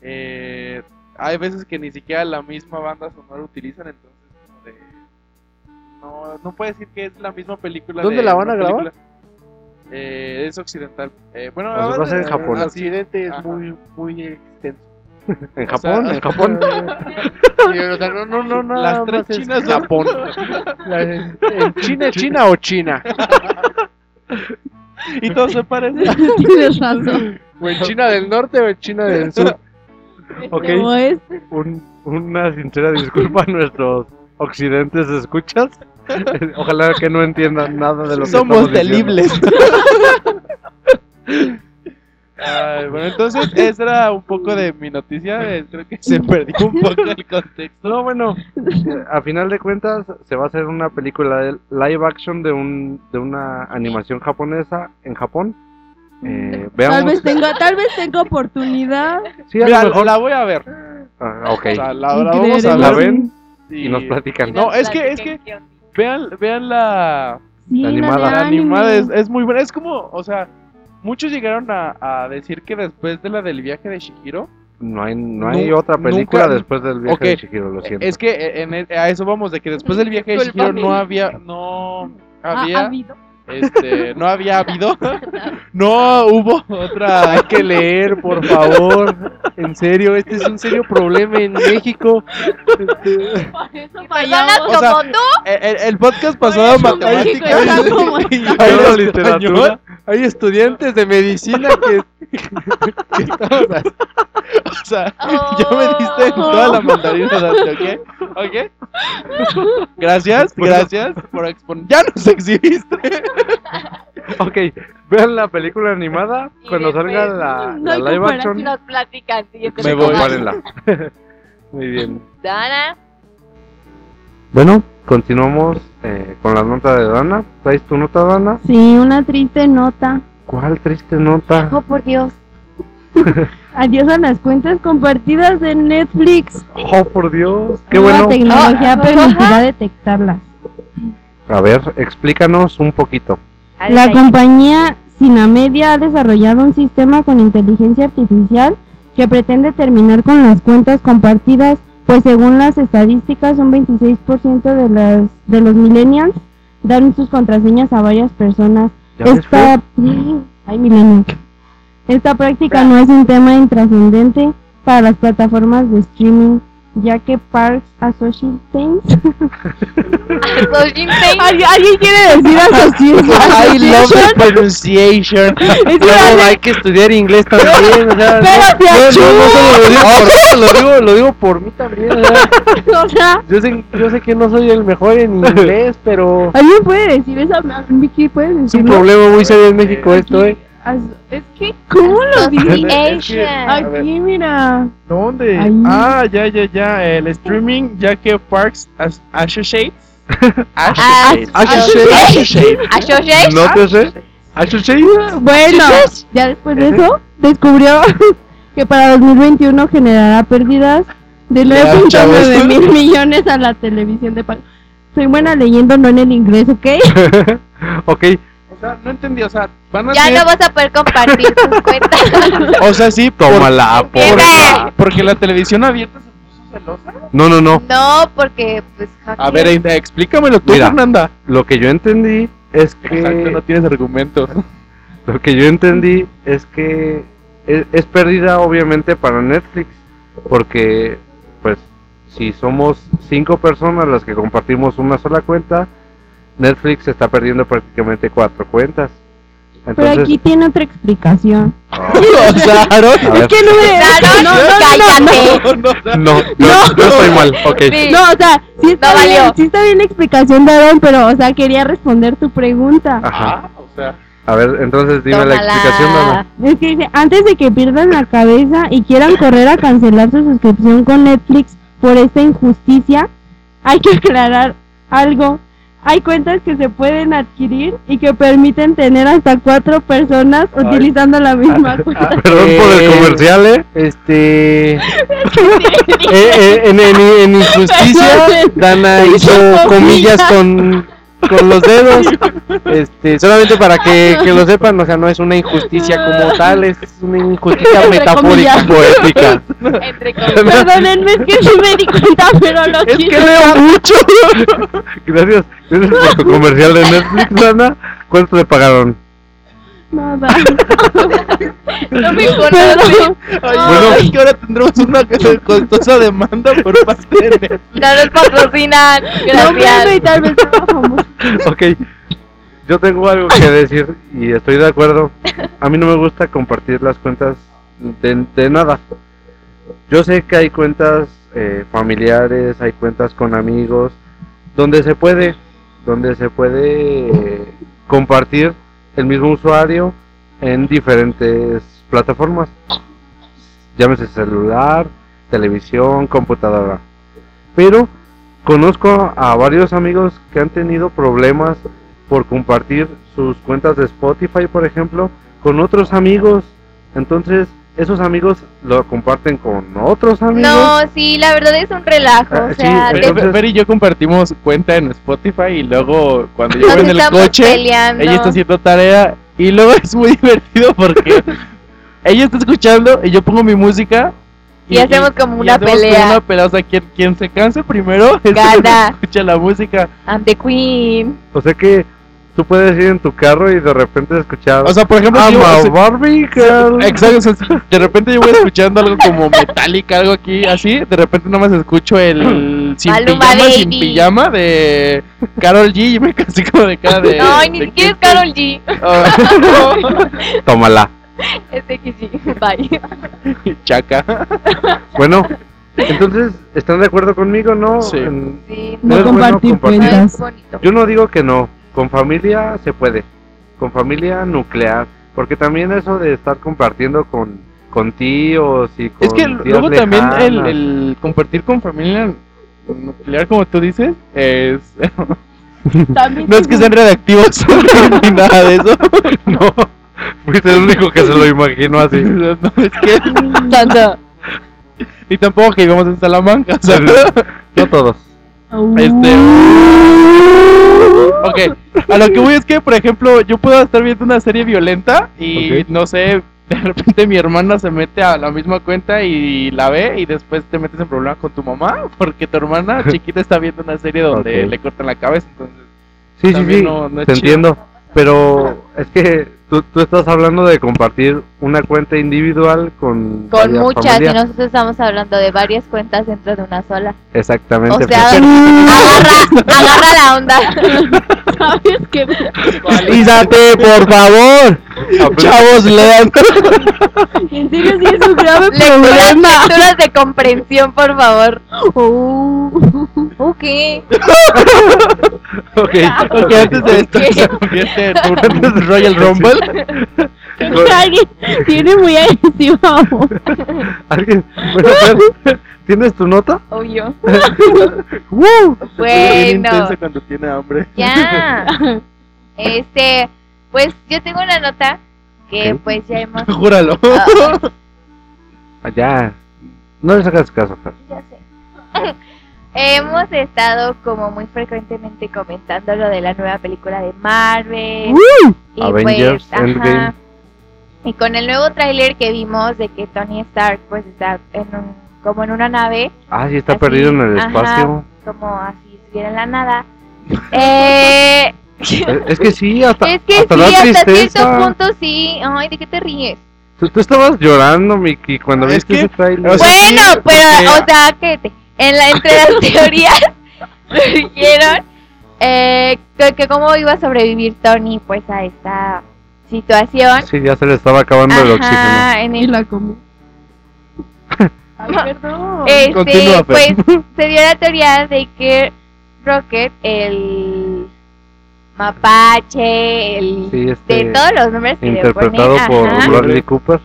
Speaker 5: eh, hay veces que ni siquiera la misma banda sonora utilizan, entonces como de, no, no puede decir que es la misma película.
Speaker 6: ¿Dónde
Speaker 5: de
Speaker 6: la van a
Speaker 5: una
Speaker 6: grabar?
Speaker 5: película. Eh, es occidental. Eh, bueno,
Speaker 1: O sea, va a ser en
Speaker 5: eh,
Speaker 1: Japón.
Speaker 5: así-
Speaker 6: accidente es
Speaker 5: Ajá.
Speaker 6: muy, muy extenso.
Speaker 1: En
Speaker 5: o sea,
Speaker 1: Japón, en Japón.
Speaker 6: Sí, o sea, no, no, no, nada
Speaker 5: Las tres
Speaker 6: más es-
Speaker 5: chinas Japón.
Speaker 6: la- en China, China o China.
Speaker 5: y todo se parece.
Speaker 2: que tienes razón.
Speaker 6: O en China del norte o en China del sur.
Speaker 1: Ok.
Speaker 2: Como es,
Speaker 1: Un- una sincera disculpa a nuestros occidentes escuchas. Ojalá que no entiendan nada de lo que estamos diciendo.
Speaker 5: Ay, bueno, entonces esa era un poco de mi noticia. eh, Creo que se perdió un poco el contexto.
Speaker 1: No, bueno, eh, a final de cuentas se va a hacer una película de live action de un de una animación japonesa en Japón. Eh,
Speaker 5: Mm.
Speaker 2: tal
Speaker 1: veamos.
Speaker 2: vez tenga, tal vez tenga oportunidad.
Speaker 1: Sí, a
Speaker 5: Mira,
Speaker 1: lo mejor.
Speaker 5: la voy a ver.
Speaker 1: Ah, ok.
Speaker 5: O sea, la, la vamos a
Speaker 2: Creeremos
Speaker 1: ¿La
Speaker 5: ver.
Speaker 2: en-
Speaker 1: ven?
Speaker 5: Y,
Speaker 1: Y nos platican.
Speaker 5: No, es que- es que- Vean, vean la,
Speaker 2: Sí, la de
Speaker 1: animada.
Speaker 5: la
Speaker 2: anime.
Speaker 5: animada, es, es muy buena. Es como, o sea, muchos llegaron a, a decir que después de la del viaje de Shihiro,
Speaker 1: No hay, no hay
Speaker 5: Nu-
Speaker 1: otra película
Speaker 5: nunca-
Speaker 1: después del viaje
Speaker 5: Ok.
Speaker 1: de Chihiro, lo siento.
Speaker 5: es que eh, en el- a eso vamos, de que después del viaje de Shihiro no
Speaker 3: Discúlpame.
Speaker 5: había, no
Speaker 2: Ha- ha
Speaker 5: había,
Speaker 2: habido.
Speaker 5: este, no había habido, no hubo otra
Speaker 6: Hay que leer, por favor. En serio, este es un serio problema en México. Este,
Speaker 2: Por eso
Speaker 3: Personas
Speaker 2: fallamos.
Speaker 5: o sea,
Speaker 3: como tú,
Speaker 6: Eh,
Speaker 5: El, el- el podcast pasado
Speaker 2: Por eso
Speaker 5: matemáticas
Speaker 2: México está como está.
Speaker 5: y
Speaker 1: Solo
Speaker 5: ahora
Speaker 1: literatura.
Speaker 5: español,
Speaker 6: Hay estudiantes de medicina que, que estamos así. O sea, ya me diste en toda la mandarina, Dante, ¿ok? ¿Ok? Gracias,
Speaker 1: Por-
Speaker 6: gracias por exponer. ¡Ya nos exhibiste!
Speaker 1: Ok, vean la película animada
Speaker 3: Y
Speaker 1: cuando
Speaker 3: después-
Speaker 1: salga la,
Speaker 2: No
Speaker 1: la
Speaker 2: hay
Speaker 1: live
Speaker 2: comparación.
Speaker 1: action.
Speaker 3: Nos platican. sí, yo creo
Speaker 6: Me
Speaker 3: que
Speaker 6: voy.
Speaker 3: no.
Speaker 1: compárenla.
Speaker 6: Muy bien.
Speaker 3: Dana,
Speaker 1: Bueno, continuamos eh, con la nota de Dana. ¿Traes tu nota, Dana?
Speaker 2: Sí, una triste nota.
Speaker 1: ¿Cuál triste nota?
Speaker 3: oh por Dios.
Speaker 2: Adiós a las cuentas compartidas de Netflix.
Speaker 1: Oh, por Dios. Qué
Speaker 2: Nueva
Speaker 1: bueno.
Speaker 2: tecnología
Speaker 3: Ah,
Speaker 2: permitirá detectarlas.
Speaker 1: A ver, explícanos un poquito.
Speaker 2: La
Speaker 3: Adiós,
Speaker 2: compañía Sinamedia ha desarrollado un sistema con inteligencia artificial que pretende terminar con las cuentas compartidas, pues según las estadísticas un 26% de, las, de los millennials dan sus contraseñas a varias personas.
Speaker 1: ¿Ya ves, Fer?
Speaker 2: Esta, Ay, millennials. Esta práctica no es un tema intrascendente para las plataformas de streaming, ya que Parks Associates
Speaker 3: Los Jim Payne.
Speaker 2: ¿Alguien quiere decir
Speaker 6: I love the pronunciation. Luego hay que estudiar inglés también. O sea,
Speaker 2: Espérate,
Speaker 6: no, no, no solo lo digo por vos, lo digo, lo digo por mí también. o sea, yo, sé, yo sé que no soy el mejor en inglés, pero
Speaker 2: ¿Alguien puede decir eso? Vicky, ¿puedes
Speaker 6: es un
Speaker 2: decirlo?
Speaker 6: problema muy serio en México esto, ¿eh?
Speaker 2: As- Es que, ¿cómo lo dice?
Speaker 3: Association.
Speaker 2: Aquí, mira.
Speaker 5: ¿Dónde?
Speaker 2: Ahí.
Speaker 5: Ah, ya, ya, ya. El streaming, ya que Parks As- Associates.
Speaker 3: Ah.
Speaker 1: Ah,
Speaker 6: Associate.
Speaker 2: ¿Eh?
Speaker 3: Association.
Speaker 1: No te sé. ¿Ah,
Speaker 2: Bueno, ya después de eso, descubrió que para 2021 generará pérdidas de
Speaker 6: Ya,
Speaker 2: 9.9
Speaker 6: chavos.
Speaker 2: mil millones a la televisión de pago. Soy buena leyendo, no en el inglés, ¿ok? ¿Eh?
Speaker 1: ok,
Speaker 5: O sea, no entendí, o sea, van a
Speaker 3: Ya
Speaker 5: hacer-
Speaker 3: no vas a poder compartir tus cuentas.
Speaker 6: O sea, sí, por,
Speaker 1: tómala.
Speaker 3: ¿Qué
Speaker 1: porfa.
Speaker 3: tal?
Speaker 5: Porque la televisión abierta se puso celosa.
Speaker 1: No, no, no.
Speaker 3: No, porque pues
Speaker 6: A ver, eh, explícamelo tú,
Speaker 1: Mira.
Speaker 6: Fernanda.
Speaker 1: Lo que yo entendí es que...
Speaker 6: Exacto, no tienes argumento.
Speaker 1: Lo que yo entendí es que es, es pérdida obviamente para Netflix, porque pues si somos cinco personas las que compartimos una sola cuenta, Netflix está perdiendo prácticamente cuatro cuentas.
Speaker 2: Pero aquí
Speaker 1: Entonces,
Speaker 2: tiene otra explicación.
Speaker 6: O sea,
Speaker 1: a ver,
Speaker 2: ¿Qué número?
Speaker 3: Claro,
Speaker 2: No, no, no, no.
Speaker 3: cállate.
Speaker 6: no, no, no.
Speaker 1: no, yo, yo estoy mal, ok.
Speaker 3: Sí.
Speaker 2: No, o sea, sí está,
Speaker 3: No
Speaker 2: bien,
Speaker 3: valió.
Speaker 2: sí está bien la explicación de Aaron, pero, o sea, quería responder tu pregunta.
Speaker 3: Ah.
Speaker 1: Ajá.
Speaker 5: Ah, o sea.
Speaker 1: A ver, entonces dime la
Speaker 3: Tómala.
Speaker 1: explicación, Dana.
Speaker 2: Es que dice, antes de que pierdan la cabeza y quieran correr a cancelar su suscripción con Netflix por esta injusticia, hay que aclarar algo. Hay cuentas que se pueden adquirir y que permiten tener hasta cuatro personas utilizando la misma
Speaker 3: Ah.
Speaker 2: cuenta.
Speaker 1: Perdón por el
Speaker 6: Eh,
Speaker 1: comercial, ¿eh?
Speaker 6: Este. eh, eh, en, en- en injusticia, Dana hizo comillas con, con los dedos. Este, solamente para que, que lo sepan, o sea, no es una injusticia como tal, es una injusticia
Speaker 2: Entre
Speaker 6: metafórica,
Speaker 2: comillas.
Speaker 6: poética.
Speaker 3: Entre comillas.
Speaker 2: Perdónenme, es que sí me di cuenta, pero no
Speaker 6: Es que
Speaker 2: quise.
Speaker 6: leo mucho.
Speaker 1: Gracias, gracias por tu comercial de Netflix, Dana. ¿Cuánto le pagaron?
Speaker 2: Nada.
Speaker 3: No me importa.
Speaker 2: Perdón.
Speaker 1: Bueno.
Speaker 6: es que ahora tendremos una costosa demanda por parte de Netflix.
Speaker 3: No nos patrocinan.
Speaker 2: No me y
Speaker 3: Gracias.
Speaker 2: tal vez trabajamos.
Speaker 1: Ok, yo tengo algo que decir y estoy de acuerdo. A mí no me gusta compartir las cuentas de, de nada. Yo sé que hay cuentas eh, familiares, hay cuentas con amigos, donde se puede, donde se puede eh, compartir el mismo usuario en diferentes plataformas. Llámese celular, televisión, computadora. Pero Conozco a varios amigos que han tenido problemas por compartir sus cuentas de Spotify, por ejemplo, con otros amigos. Entonces, esos amigos lo comparten con otros amigos.
Speaker 3: No, sí, la verdad es un relajo.
Speaker 1: Ah,
Speaker 3: o
Speaker 1: sí,
Speaker 3: sea,
Speaker 1: pero-
Speaker 3: te-
Speaker 1: Entonces-
Speaker 5: Fer y yo compartimos cuenta en Spotify y luego cuando yo
Speaker 3: nos
Speaker 5: voy en el
Speaker 3: estamos
Speaker 5: coche,
Speaker 3: peleando.
Speaker 5: ella está haciendo tarea y luego es muy divertido porque ella está escuchando y yo pongo mi música
Speaker 3: Y hacemos como una
Speaker 5: hacemos como
Speaker 3: pelea.
Speaker 5: una pelea, o sea, quien, quien se canse primero es el que
Speaker 3: Gana.
Speaker 5: escucha la música.
Speaker 3: I'm Ah, the queen.
Speaker 1: O sea que tú puedes ir en tu carro y de repente escuchar
Speaker 5: O sea, por ejemplo, si
Speaker 1: I'm
Speaker 5: yo-
Speaker 1: a
Speaker 5: si-
Speaker 1: Barbie girl.
Speaker 5: Exacto, o sea, si de repente yo voy escuchando algo como Metallica, algo aquí, así, de repente nomás escucho el el sin
Speaker 3: Maluma
Speaker 5: pijama, sin
Speaker 3: Baby.
Speaker 5: pijama de Carol G. Yo me quedé así como de cara de.
Speaker 3: No, ni
Speaker 5: de
Speaker 3: siquiera es
Speaker 5: qué-
Speaker 3: Carol G.
Speaker 5: Ah,
Speaker 6: Tómala.
Speaker 3: Es XG. Bye.
Speaker 5: Chaca.
Speaker 1: Bueno, entonces, ¿están de acuerdo conmigo, no?
Speaker 5: Sí.
Speaker 1: En-
Speaker 3: Sí,
Speaker 1: No
Speaker 2: No,
Speaker 1: es bueno
Speaker 2: compartir
Speaker 1: compartir.
Speaker 3: no es
Speaker 2: cuentas.
Speaker 3: bonito.
Speaker 1: Yo no digo que no, con familia se puede, con familia nuclear, porque también eso de estar compartiendo con, con tíos y con
Speaker 5: Es que
Speaker 1: tías
Speaker 5: luego también el,
Speaker 1: lejanas.
Speaker 5: el compartir con familia nuclear, como tú dices, es.
Speaker 2: También
Speaker 5: No es que sean redactivos ni nada de eso.
Speaker 1: No, fuiste el único que se lo imaginó así.
Speaker 5: No, es que. Y tampoco que vivamos en Salamanca, ¿sabes?
Speaker 1: No todos.
Speaker 2: Uh,
Speaker 5: Este. Ok, a lo que voy es que, por ejemplo, yo puedo estar viendo una serie violenta y
Speaker 1: Ok.
Speaker 5: no sé, de repente mi hermana se mete a la misma cuenta y la ve y después te metes en problema con tu mamá porque tu hermana chiquita está viendo una serie donde
Speaker 1: Ok.
Speaker 5: le cortan la cabeza, entonces
Speaker 1: Sí, sí,
Speaker 5: también
Speaker 1: sí,
Speaker 5: no, no es
Speaker 1: te
Speaker 5: chido.
Speaker 1: entiendo. Pero es que tú, tú estás hablando de compartir una cuenta individual con,
Speaker 3: Con
Speaker 1: varias
Speaker 3: muchas, y
Speaker 1: familias.
Speaker 3: nosotros estamos hablando de varias cuentas dentro de una sola. O
Speaker 1: Exactamente.
Speaker 3: sea,
Speaker 1: pues.
Speaker 3: agarra, agarra la onda.
Speaker 2: ¿Sabes qué?
Speaker 6: Lízate, por favor. Chavos, lean.
Speaker 2: En serio, sí es un grave
Speaker 3: Lecturas,
Speaker 2: problema.
Speaker 3: lecturas de comprensión, por favor.
Speaker 2: Uh,
Speaker 3: Ok.
Speaker 1: Ok,
Speaker 3: Ah,
Speaker 5: Ok, antes de esto se convierte en un Royal Rumble.
Speaker 2: alguien tiene muy agresivo.
Speaker 1: ¿Alguien? Bueno, Fer, ¿Tienes tu nota?
Speaker 3: Obvio.
Speaker 1: ¡Woo!
Speaker 5: Bien
Speaker 3: Bueno.
Speaker 5: intenso cuando tiene hambre.
Speaker 3: Ya. Este, pues yo tengo una nota que
Speaker 1: Ok.
Speaker 3: pues ya hemos
Speaker 5: Júralo.
Speaker 3: Ah,
Speaker 1: Allá. Ah, No le sacas caso, Fer.
Speaker 3: ya sé. Hemos estado como muy frecuentemente comentando lo de la nueva película de Marvel. Y
Speaker 1: Uh, Avengers
Speaker 3: pues, ajá.
Speaker 1: Endgame.
Speaker 3: Y con el nuevo tráiler que vimos de que Tony Stark pues está en un, como en una nave,
Speaker 1: Ah, sí, está
Speaker 3: Así,
Speaker 1: perdido en el
Speaker 3: ajá.
Speaker 1: espacio.
Speaker 3: como así estuviera en la nada.
Speaker 1: Eh,
Speaker 3: Eh,
Speaker 1: Es que sí, hasta,
Speaker 3: es que
Speaker 1: hasta
Speaker 3: sí,
Speaker 1: da
Speaker 3: hasta
Speaker 1: tristeza.
Speaker 3: cierto punto sí. Ay, ¿de qué te ríes?
Speaker 1: Tú, tú estabas llorando, Miki, cuando
Speaker 5: Es
Speaker 1: viste
Speaker 5: que-
Speaker 1: ese trailer.
Speaker 5: o sea,
Speaker 3: Bueno,
Speaker 5: sí,
Speaker 3: pero,
Speaker 5: porque-
Speaker 3: o sea, que en la, entre las teorías surgieron eh, que, que cómo iba a sobrevivir Tony pues a esta situación.
Speaker 1: sí, ya se le estaba acabando el oxígeno.
Speaker 3: Ajá, en
Speaker 2: Y
Speaker 3: el,
Speaker 2: la comí. Ay, perdón.
Speaker 3: este,
Speaker 5: Continúa,
Speaker 3: pues
Speaker 5: Fer.
Speaker 3: se dio la teoría de que Rocket, el mapache, el
Speaker 1: Sí, este,
Speaker 3: de todos los nombres que le
Speaker 1: interpretado
Speaker 3: ponen,
Speaker 1: por
Speaker 3: ajá,
Speaker 1: Bradley Cooper.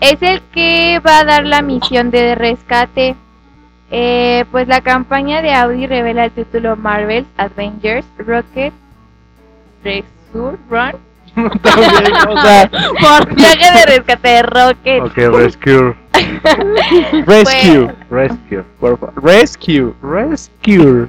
Speaker 3: es el que va a dar la misión de rescate. Eh, pues la campaña de Audi revela el título Marvel's Avengers Rocket Rescue Run.
Speaker 5: También, o sea,
Speaker 3: Por viaje de rescate de Rocket. Pues,
Speaker 1: Ok, Rescue.
Speaker 5: Rescue.
Speaker 3: eh,
Speaker 1: Rescue.
Speaker 5: Por fa- Rescue.
Speaker 1: Rescue.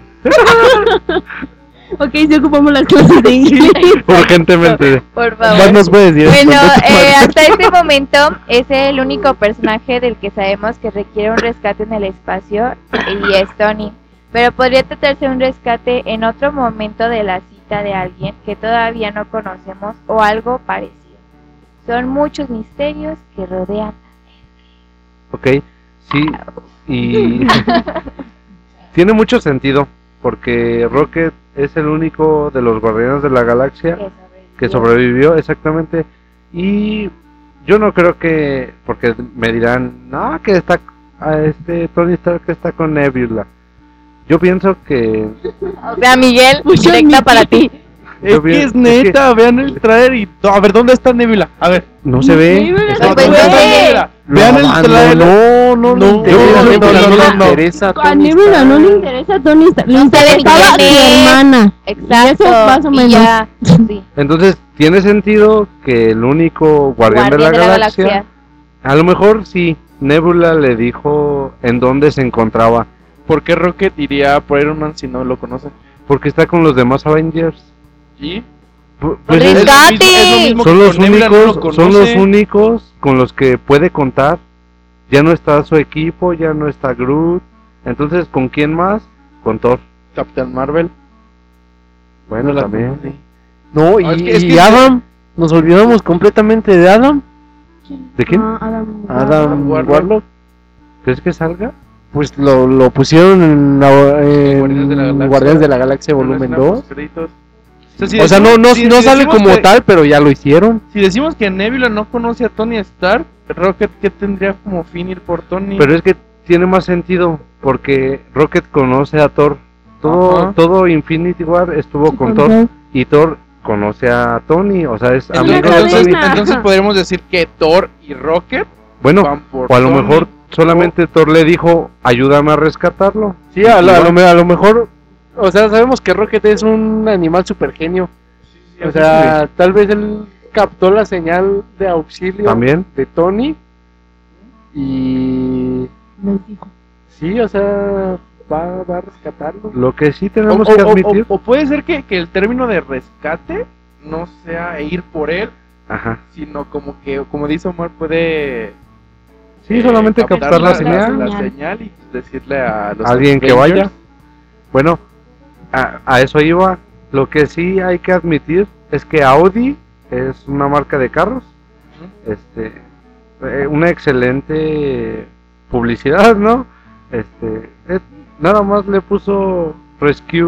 Speaker 2: Ok, si ocupamos las clases de inglés.
Speaker 1: Urgentemente.
Speaker 3: Por
Speaker 5: ¿Más
Speaker 3: favor.
Speaker 5: nos puedes decir?
Speaker 3: Bueno,
Speaker 5: Entonces,
Speaker 3: eh, hasta este momento es el único personaje del que sabemos que requiere un rescate en el espacio y es Tony. Pero podría tratarse de un rescate en otro momento de la cita de alguien que todavía no conocemos o algo parecido. Son muchos misterios que rodean. ah.
Speaker 1: Ok, sí, y tiene mucho sentido, porque Rocket es el único de los Guardianes de la Galaxia
Speaker 3: Que
Speaker 1: que
Speaker 3: sobrevivió.
Speaker 1: sobrevivió exactamente, y yo no creo que, porque me dirán, no, que está, a este Tony Stark está con Nebula. Yo pienso que...
Speaker 3: O sea, Miguel,
Speaker 2: Mucho
Speaker 3: directa
Speaker 2: mito.
Speaker 3: para ti.
Speaker 5: Es
Speaker 1: yo vi-
Speaker 5: que es neta, vean el trailer y... A ver, ¿dónde está Nebula? A ver.
Speaker 1: No se ve.
Speaker 2: Sí, ¿verdad?
Speaker 3: Pues,
Speaker 5: ¿Dónde está
Speaker 3: güey.
Speaker 5: Nebula?
Speaker 1: Lo
Speaker 5: Vean el
Speaker 1: abandonó,
Speaker 5: trailer.
Speaker 1: No, no,
Speaker 5: No,
Speaker 1: le interesa,
Speaker 5: no,
Speaker 1: no,
Speaker 5: no,
Speaker 1: le
Speaker 5: no, no.
Speaker 1: interesa.
Speaker 2: A Nebula no le interesa a Tony Stark. Le
Speaker 3: No sabe
Speaker 2: interesaba a su
Speaker 3: quién es.
Speaker 2: hermana.
Speaker 3: Exacto.
Speaker 2: Eso más o
Speaker 3: y
Speaker 2: menos.
Speaker 3: ya, sí,
Speaker 1: Entonces, tiene sentido que el único guardián, de la, galaxia, a lo mejor sí, Nebula le dijo en dónde se encontraba,
Speaker 5: ¿Por qué Rocket iría por Iron Man si no lo conoce?
Speaker 1: porque está con los demás Avengers.
Speaker 5: ¿Sí?
Speaker 1: Pu- pues
Speaker 3: Rodrigo.
Speaker 1: es-
Speaker 3: ¡Rescate!
Speaker 1: son los
Speaker 5: con Nebula, no lo
Speaker 1: únicos, son los
Speaker 5: conoce.
Speaker 1: únicos con los que puede contar. Ya no está su equipo, ya no está Groot. Entonces, ¿con quién más? Con Thor.
Speaker 5: Capitán Marvel.
Speaker 1: Bueno,
Speaker 5: la
Speaker 1: también.
Speaker 5: conoce.
Speaker 6: No, y,
Speaker 5: Ah, es que- es
Speaker 6: y
Speaker 5: que-
Speaker 6: Adam. Nos olvidamos completamente de Adam.
Speaker 1: ¿De quién?
Speaker 2: Ah, Adam.
Speaker 6: Adam
Speaker 5: Warlock.
Speaker 6: Warlock.
Speaker 1: ¿Crees que salga?
Speaker 6: pues lo, lo pusieron en, la- en
Speaker 5: Guardianes de la Galaxia.
Speaker 6: Guardianes de la Galaxia Volumen
Speaker 5: Pero no
Speaker 6: 2.
Speaker 5: están los créditos. O sea, si
Speaker 6: O sea, no,
Speaker 5: decimos-
Speaker 6: no,
Speaker 5: si-
Speaker 6: no
Speaker 5: si
Speaker 6: sale
Speaker 5: decimos
Speaker 6: como
Speaker 5: que-
Speaker 6: tal, pero ya lo hicieron.
Speaker 5: Si decimos que Nebula no conoce a Tony Stark, Rocket, ¿qué tendría como fin ir por Tony?
Speaker 1: Pero es que tiene más sentido porque Rocket conoce a Thor. Todo,
Speaker 5: Ajá.
Speaker 1: todo Infinity War estuvo
Speaker 2: Sí,
Speaker 1: con
Speaker 2: con
Speaker 1: Thor
Speaker 2: Thor.
Speaker 1: y Thor conoce a Tony, o sea, es
Speaker 2: la
Speaker 1: amigo de
Speaker 5: entonces,
Speaker 1: Tony.
Speaker 2: cadena.
Speaker 5: entonces podríamos decir que Thor y Rocket
Speaker 1: Bueno,
Speaker 5: van por
Speaker 1: o a lo
Speaker 5: Tony.
Speaker 1: mejor solamente Thor le dijo, ayúdame a rescatarlo.
Speaker 6: Sí, a, lo- a lo, a lo mejor, o sea, sabemos que Rocket es un animal super genio. O sea, tal vez él captó la señal de auxilio
Speaker 1: También.
Speaker 6: de Tony. Y
Speaker 2: Les dijo.
Speaker 6: sí, o sea, va, va a rescatarlo.
Speaker 1: Lo que sí
Speaker 5: O,
Speaker 1: tenemos
Speaker 5: o-
Speaker 1: que
Speaker 5: o-
Speaker 1: admitir,
Speaker 5: o puede ser que, que el término de rescate no sea ir por él,
Speaker 1: ajá.
Speaker 5: sino como que, como dice Omar, puede...
Speaker 1: Sí,
Speaker 5: eh,
Speaker 1: solamente captar la
Speaker 2: señal.
Speaker 5: La, señal y decirle a los
Speaker 1: Alguien que
Speaker 5: Avengers.
Speaker 1: vaya. Bueno, a, a eso iba. Lo que sí hay que admitir es que Audi es una marca de carros. Este, eh, una excelente publicidad, ¿no? Este, es- nada más le puso Rescue.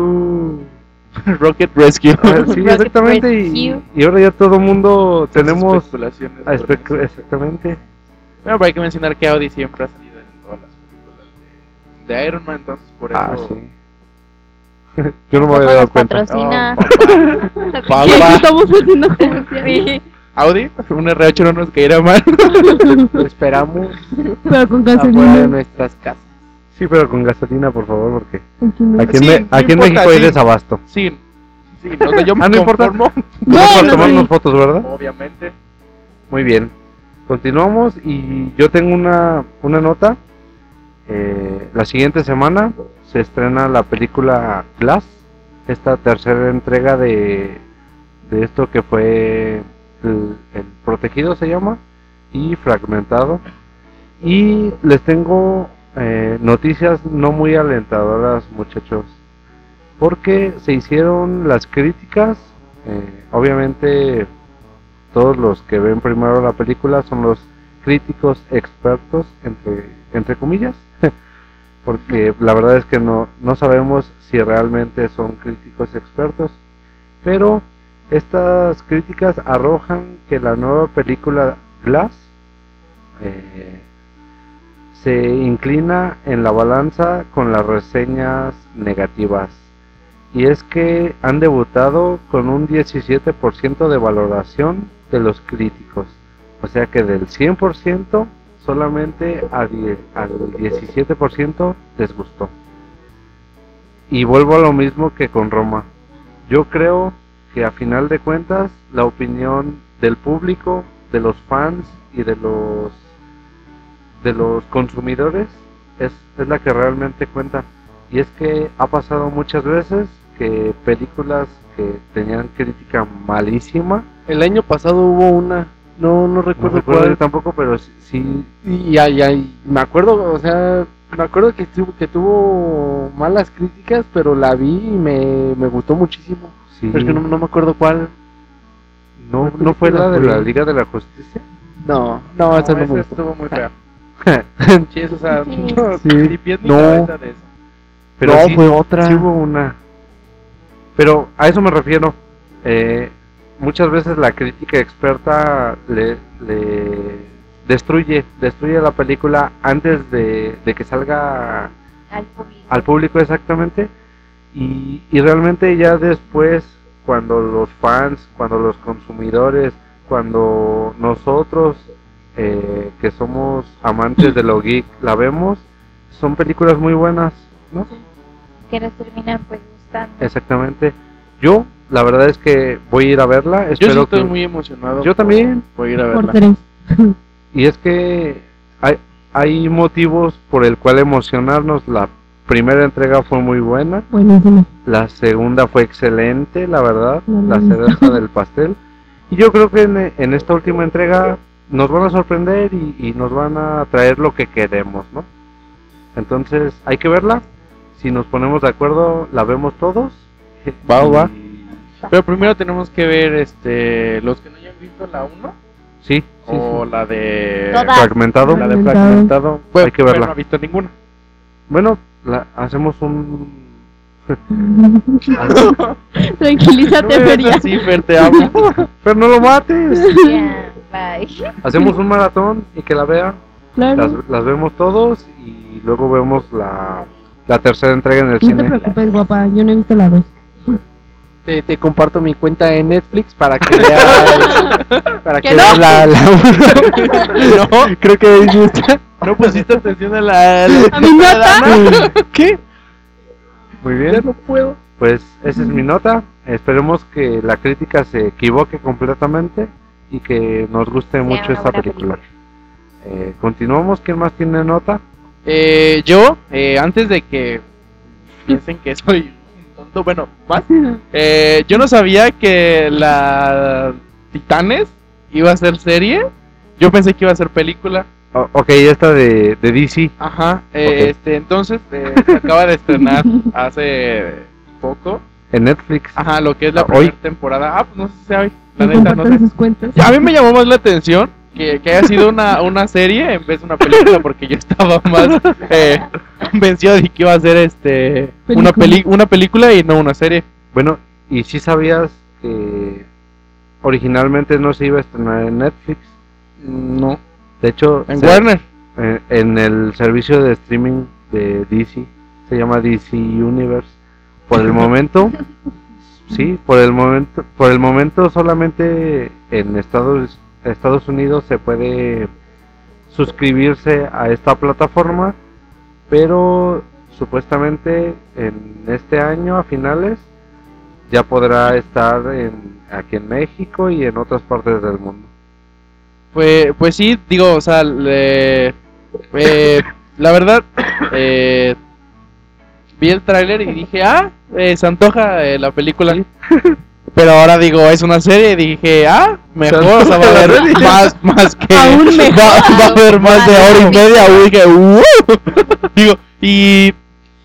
Speaker 5: Rocket Rescue.
Speaker 1: Ah, sí,
Speaker 3: Rocket
Speaker 1: exactamente. Y,
Speaker 3: Rescue.
Speaker 1: y ahora ya todo el mundo tenemos.
Speaker 5: especulaciones.
Speaker 1: a especu- Exactamente.
Speaker 5: Bueno, pero hay que mencionar que Audi siempre ha salido en todas las películas de, de Iron Man, entonces por eso.
Speaker 1: Ah, sí. Yo no me había
Speaker 3: Como
Speaker 1: dado
Speaker 3: nos
Speaker 1: cuenta. Oh,
Speaker 3: patrocina.
Speaker 2: Y aquí estamos haciendo comercial,
Speaker 3: Ah, Sí.
Speaker 5: Audi, un RH no nos caerá mal.
Speaker 6: Lo esperamos
Speaker 2: pero con
Speaker 6: afuera de
Speaker 2: gasolina.
Speaker 6: nuestras casas.
Speaker 1: Sí, pero con gasolina, por favor, porque
Speaker 2: Aquí no.
Speaker 1: aquí en,
Speaker 5: Sí,
Speaker 1: Me-
Speaker 5: no
Speaker 1: aquí en
Speaker 5: importa,
Speaker 1: México hay
Speaker 5: sí.
Speaker 1: desabasto.
Speaker 5: Sí, sí, no sé, yo me
Speaker 1: Ah, no importa.
Speaker 5: conformo,
Speaker 1: para
Speaker 2: Bueno,
Speaker 1: tomarnos
Speaker 2: sí.
Speaker 1: fotos, ¿verdad?
Speaker 5: obviamente.
Speaker 1: Muy bien. Continuamos y yo tengo una, una nota. Eh, la siguiente semana se estrena la película Glass, esta tercera entrega de, de esto que fue el, el Protegido se llama y Fragmentado. Y les tengo eh, noticias no muy alentadoras muchachos, porque se hicieron las críticas, eh, obviamente todos los que ven primero la película son los críticos expertos entre entre comillas porque la verdad es que no no sabemos si realmente son críticos expertos pero estas críticas arrojan que la nueva película Glass eh, se inclina en la balanza con las reseñas negativas y es que han debutado con un 17% de valoración de los críticos. O sea que del 100% solamente a die- al 17% les gustó. Y vuelvo a lo mismo que con Roma. Yo creo que a final de cuentas la opinión del público, de los fans y de los de los consumidores es, es la que realmente cuenta. Y es que ha pasado muchas veces que películas que tenían crítica malísima,
Speaker 6: El año pasado hubo una, no, no
Speaker 1: no
Speaker 6: recuerdo
Speaker 1: recuerdo
Speaker 6: cuál.
Speaker 1: yo tampoco, pero sí- sí,
Speaker 6: Y, ay, ay, me acuerdo, o sea, me acuerdo que, estuvo- que tuvo malas críticas, pero la vi y me, me gustó muchísimo.
Speaker 1: sí.
Speaker 6: Pero es que no, no me acuerdo cuál.
Speaker 1: no, no fue la de la Liga de la Justicia.
Speaker 6: No, no, Ah, esa no
Speaker 5: esa
Speaker 6: me gustó.
Speaker 5: estuvo muy fea. Sí, eso, o sea, no,
Speaker 6: Sí.
Speaker 5: ni pies ni
Speaker 6: No.
Speaker 5: cabeza de eso.
Speaker 1: Pero
Speaker 6: no,
Speaker 1: sí,
Speaker 6: fue otra.
Speaker 1: sí hubo una. Pero a eso me refiero. eh, muchas veces la crítica experta le, le destruye, destruye la película antes de, de que salga
Speaker 3: Al público.
Speaker 1: al público exactamente y, y realmente ya después cuando los fans cuando los consumidores cuando nosotros eh, que somos amantes de lo geek la vemos son películas muy buenas no
Speaker 3: Que nos terminan pues gustando.
Speaker 1: exactamente yo la verdad es que voy a ir a verla
Speaker 5: Yo sí
Speaker 1: espero
Speaker 5: estoy
Speaker 1: que
Speaker 5: muy emocionado.
Speaker 1: Yo
Speaker 5: por-
Speaker 1: también.
Speaker 5: Por ir a
Speaker 2: Por
Speaker 5: verla.
Speaker 2: tres.
Speaker 1: y es que hay hay motivos por el cual emocionarnos la primera entrega fue muy buena
Speaker 2: Buenísimo.
Speaker 1: La segunda fue excelente, la verdad,
Speaker 2: Mm.
Speaker 1: la cereza del pastel. Y yo creo que en, en esta última entrega nos van a sorprender y, y nos van a traer lo que queremos, ¿no? Entonces hay que verla. Si nos ponemos de acuerdo, la vemos todos.
Speaker 5: Va, va.
Speaker 1: Y-
Speaker 5: Pero primero tenemos que ver este los que no hayan visto la 1
Speaker 1: Sí, sí,
Speaker 5: o la de
Speaker 3: Todas.
Speaker 1: sí. fragmentado.
Speaker 5: la de
Speaker 2: Fragmentado.
Speaker 5: fragmentado.
Speaker 1: Hay que verla.
Speaker 5: no ha visto ninguna.
Speaker 1: Bueno, la- hacemos un...
Speaker 2: Tranquilízate,
Speaker 5: me
Speaker 2: Fer,
Speaker 5: ves
Speaker 2: ya.
Speaker 5: así, Fer, te amo.
Speaker 1: Pero no lo mates.
Speaker 3: Ya, bye.
Speaker 1: Hacemos un maratón y que la vean. Las,
Speaker 2: Claro.
Speaker 1: las vemos todos y luego vemos la, la tercera entrega en el
Speaker 2: No te
Speaker 1: cine.
Speaker 2: preocupes, guapa. Yo no he visto la dos.
Speaker 4: Te, te comparto mi cuenta en Netflix para que veas. para que
Speaker 3: Que no.
Speaker 4: veas la, la
Speaker 5: No,
Speaker 4: Creo que es justa.
Speaker 5: no pusiste atención a la.
Speaker 3: A mi nota.
Speaker 4: ¿Qué?
Speaker 1: Muy
Speaker 4: Ya
Speaker 1: bien.
Speaker 4: no puedo.
Speaker 1: Pues esa es mi nota. Esperemos que la crítica se equivoque completamente y que nos guste mucho
Speaker 3: una
Speaker 1: esta
Speaker 3: buena
Speaker 1: película. Eh, continuamos. ¿Quién más tiene nota?
Speaker 5: Eh, yo, eh, antes de que piensen que soy un tonto, bueno, más, eh, yo no sabía que la Titanes iba a ser serie. Yo pensé que iba a ser película.
Speaker 1: O- Oh, ok, esta de, de DC.
Speaker 5: Ajá. eh,
Speaker 1: Ok.
Speaker 5: Este, entonces, eh, se acaba de estrenar hace poco.
Speaker 1: En Netflix.
Speaker 5: Ajá, lo que es la
Speaker 1: Ah,
Speaker 5: primera temporada. Ah, pues no sé si hay. La
Speaker 2: Me
Speaker 5: neta, no sé.
Speaker 2: compartan sus cuentas.
Speaker 5: A mí me llamó más la atención que, que haya sido una, una serie en vez de una película, porque yo estaba más eh, convencido de que iba a ser este una, peli una película y no una serie.
Speaker 1: Bueno, ¿y si sabías que originalmente no se iba a estrenar en Netflix?
Speaker 5: No.
Speaker 1: De hecho,
Speaker 5: En
Speaker 1: se-
Speaker 5: Warner.
Speaker 1: eh, en el servicio de streaming de DC, se llama DC Universe. Por el momento, sí, por el momento, por el momento solamente en Estados Estados Unidos se puede suscribirse a esta plataforma, pero supuestamente en este año a finales ya podrá estar en, aquí en México y en otras partes del mundo.
Speaker 5: Pues, pues sí, digo, o sea, le- eh, la verdad, eh, vi el tráiler y dije, ah, eh, se antoja eh, la película. Pero ahora digo, es una serie y dije, ah, mejor, o sea, va a haber más, más que...
Speaker 2: Aún mejor.
Speaker 5: Va, va a haber más de hora y media, y dije, "Uh". Digo, y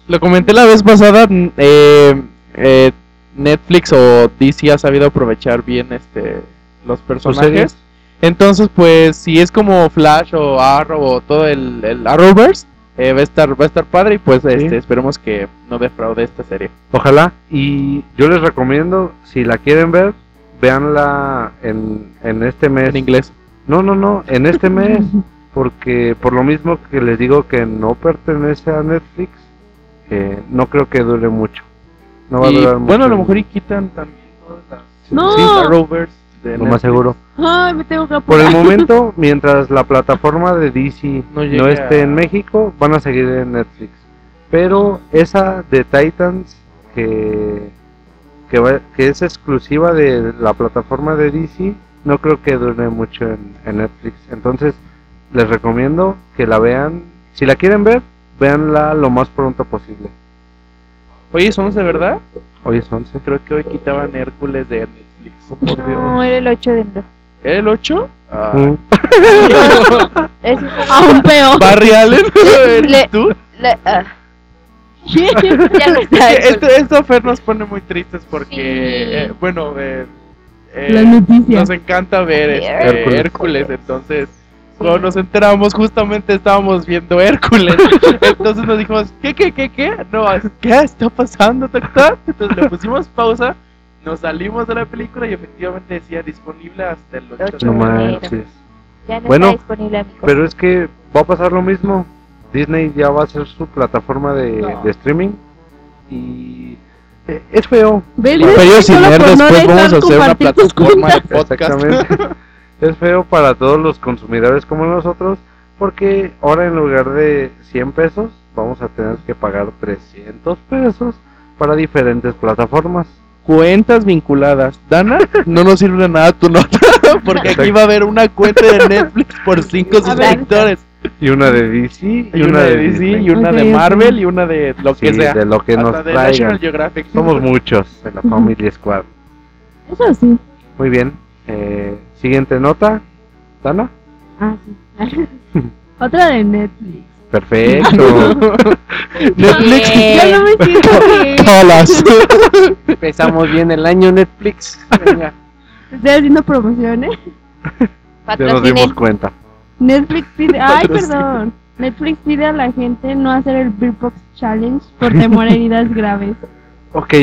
Speaker 5: lo comenté la vez pasada, n- eh, eh, Netflix o DC ha sabido aprovechar bien este los
Speaker 1: ¿Sus
Speaker 5: personajes.
Speaker 1: series?
Speaker 5: Entonces, pues, si es como Flash o Arrow o todo el, el Arrowverse, eh, va a estar va a estar padre y pues este, esperemos que no defraude esta serie.
Speaker 1: Ojalá. Y yo les recomiendo, si la quieren ver, véanla en, en este mes.
Speaker 5: En inglés.
Speaker 1: No, no, no, en este mes. Porque por lo mismo que les digo que no pertenece a Netflix, eh, no creo que dure mucho. No va a
Speaker 5: Y,
Speaker 1: durar mucho.
Speaker 5: bueno, a lo mejor y quitan también todas las
Speaker 2: No.
Speaker 5: sí, Arrowverse de
Speaker 1: Lo más
Speaker 5: Netflix.
Speaker 1: seguro.
Speaker 2: Ay, me tengo
Speaker 1: Por
Speaker 2: que apurar.
Speaker 1: el momento, mientras la plataforma de DC
Speaker 5: No
Speaker 1: no,
Speaker 5: llegue
Speaker 1: esté
Speaker 5: a-
Speaker 1: en México, van a seguir en Netflix. Pero esa de Titans, que, que, va- que es exclusiva de la plataforma de DC, no creo que dure mucho en, en Netflix. Entonces, les recomiendo que la vean. Si la quieren ver, véanla lo más pronto posible.
Speaker 5: Oye, somos de verdad?
Speaker 1: Hoy es 11.
Speaker 5: Creo que hoy quitaban Hércules de Netflix.
Speaker 3: No, era el 8 de enero.
Speaker 5: ¿Era el Ah. 8?
Speaker 1: Mm.
Speaker 3: Es-
Speaker 2: Aún peor.
Speaker 5: ¿Barry Allen?
Speaker 3: Le-
Speaker 5: ¿Tú?
Speaker 3: la- ah, ya no
Speaker 5: Es
Speaker 3: está.
Speaker 5: que
Speaker 3: Hércules.
Speaker 5: esto, esto, Fer, nos pone muy tristes porque,
Speaker 3: Sí.
Speaker 5: eh, bueno, eh, eh,
Speaker 2: Las noticias.
Speaker 5: nos encanta ver este, Hércules.
Speaker 1: Hércules.
Speaker 5: Entonces, cuando nos enteramos, justamente estábamos viendo Hércules. Entonces nos dijimos, ¿qué, qué, qué, qué? No, ¿qué está pasando, doctor? Entonces le pusimos pausa, nos salimos de la película y efectivamente decía disponible hasta el 8 de
Speaker 1: No
Speaker 3: Ocho de
Speaker 5: enero".
Speaker 3: enero.
Speaker 1: manches.
Speaker 3: Ya no
Speaker 1: Bueno,
Speaker 3: está disponible, amigos.
Speaker 1: Pero es que va a pasar lo mismo. Disney ya va a ser su plataforma de, de streaming. Y eh, es feo.
Speaker 2: Ven,
Speaker 6: Pero yo sin
Speaker 2: solo
Speaker 6: leer
Speaker 2: por no
Speaker 6: después vamos
Speaker 2: dejar
Speaker 6: a hacer una
Speaker 2: compartir tus
Speaker 6: plataforma de
Speaker 2: cuentas.
Speaker 6: podcast.
Speaker 1: Exactamente. es feo para todos los consumidores como nosotros. Porque ahora en lugar de 100 pesos, vamos a tener que pagar 300 pesos para diferentes plataformas.
Speaker 5: cuentas vinculadas. Dana, no nos sirve de nada tu nota, porque aquí
Speaker 1: Exacto.
Speaker 5: va a haber una cuenta de Netflix por cinco
Speaker 3: A ver.
Speaker 5: suscriptores.
Speaker 1: Y una de DC, y,
Speaker 5: Y una de DC,
Speaker 1: Disney.
Speaker 5: y una de
Speaker 2: Ok, ok.
Speaker 5: Marvel, y una de lo que
Speaker 1: Sí,
Speaker 5: sea.
Speaker 1: de lo que
Speaker 5: Hasta
Speaker 1: nos
Speaker 5: de National
Speaker 1: traigan.
Speaker 5: Geographic.
Speaker 1: Somos muchos en la Family Squad.
Speaker 2: Eso sí.
Speaker 1: Muy bien. Eh, Siguiente nota. Dana.
Speaker 2: Ah, sí. Otra de Netflix.
Speaker 1: Perfecto.
Speaker 5: Netflix.
Speaker 3: Eh,
Speaker 2: Yo no me siento bien.
Speaker 6: Todas.
Speaker 4: Empezamos bien el año Netflix. Venga.
Speaker 2: Estoy haciendo promociones.
Speaker 1: ya nos
Speaker 3: patrocinen.
Speaker 1: dimos cuenta.
Speaker 2: Netflix pide. Ay, perdón. Netflix pide a la gente no hacer el Beer Box Challenge por temor a heridas graves.
Speaker 1: Ok.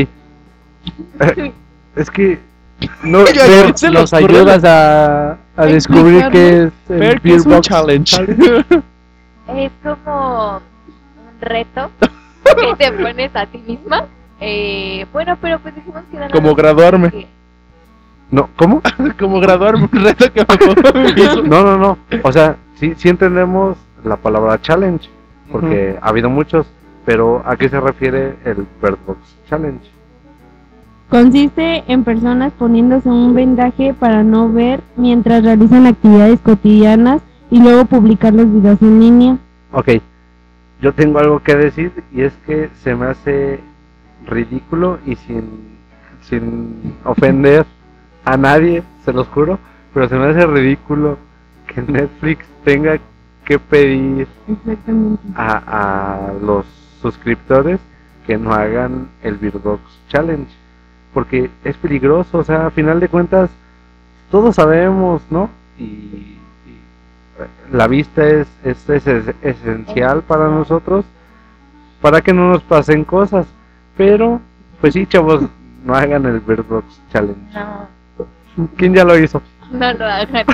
Speaker 1: Es que no
Speaker 5: Oye,
Speaker 1: ver,
Speaker 5: ¿a quién se le
Speaker 1: nos
Speaker 5: ocurrió
Speaker 1: ayudas a, a descubrir qué es el
Speaker 5: Ver que
Speaker 1: Beer
Speaker 5: es un
Speaker 1: Box
Speaker 5: challenge.
Speaker 3: Es como un reto que te pones a ti misma. Eh, bueno, pero pues dijimos que era
Speaker 5: Como
Speaker 3: nada
Speaker 5: graduarme.
Speaker 3: más que-
Speaker 1: No, ¿cómo?
Speaker 5: Como graduarme, un reto que me pongo a mí mismo.
Speaker 1: No, no, no. O sea, sí, sí entendemos la palabra challenge, porque ha habido muchos, pero ¿a qué se refiere el Bird Box Challenge?
Speaker 2: Consiste en personas poniéndose un vendaje para no ver mientras realizan actividades cotidianas y luego publicar los videos en línea.
Speaker 1: Ok, yo tengo algo que decir y es que se me hace ridículo y sin, sin ofender a nadie, se los juro, pero se me hace ridículo que Netflix tenga que pedir
Speaker 2: Exactamente.
Speaker 1: a, a los suscriptores que no hagan el Birdox Challenge. Porque es peligroso, o sea, a final de cuentas, todos sabemos, ¿no? Y, y, eh, la vista es, es, es- es esencial para nosotros, para que no nos pasen cosas. Pero, pues sí, chavos, no hagan el Birdox Challenge.
Speaker 3: No,
Speaker 1: ¿Quién ya lo hizo?
Speaker 3: no lo hagan.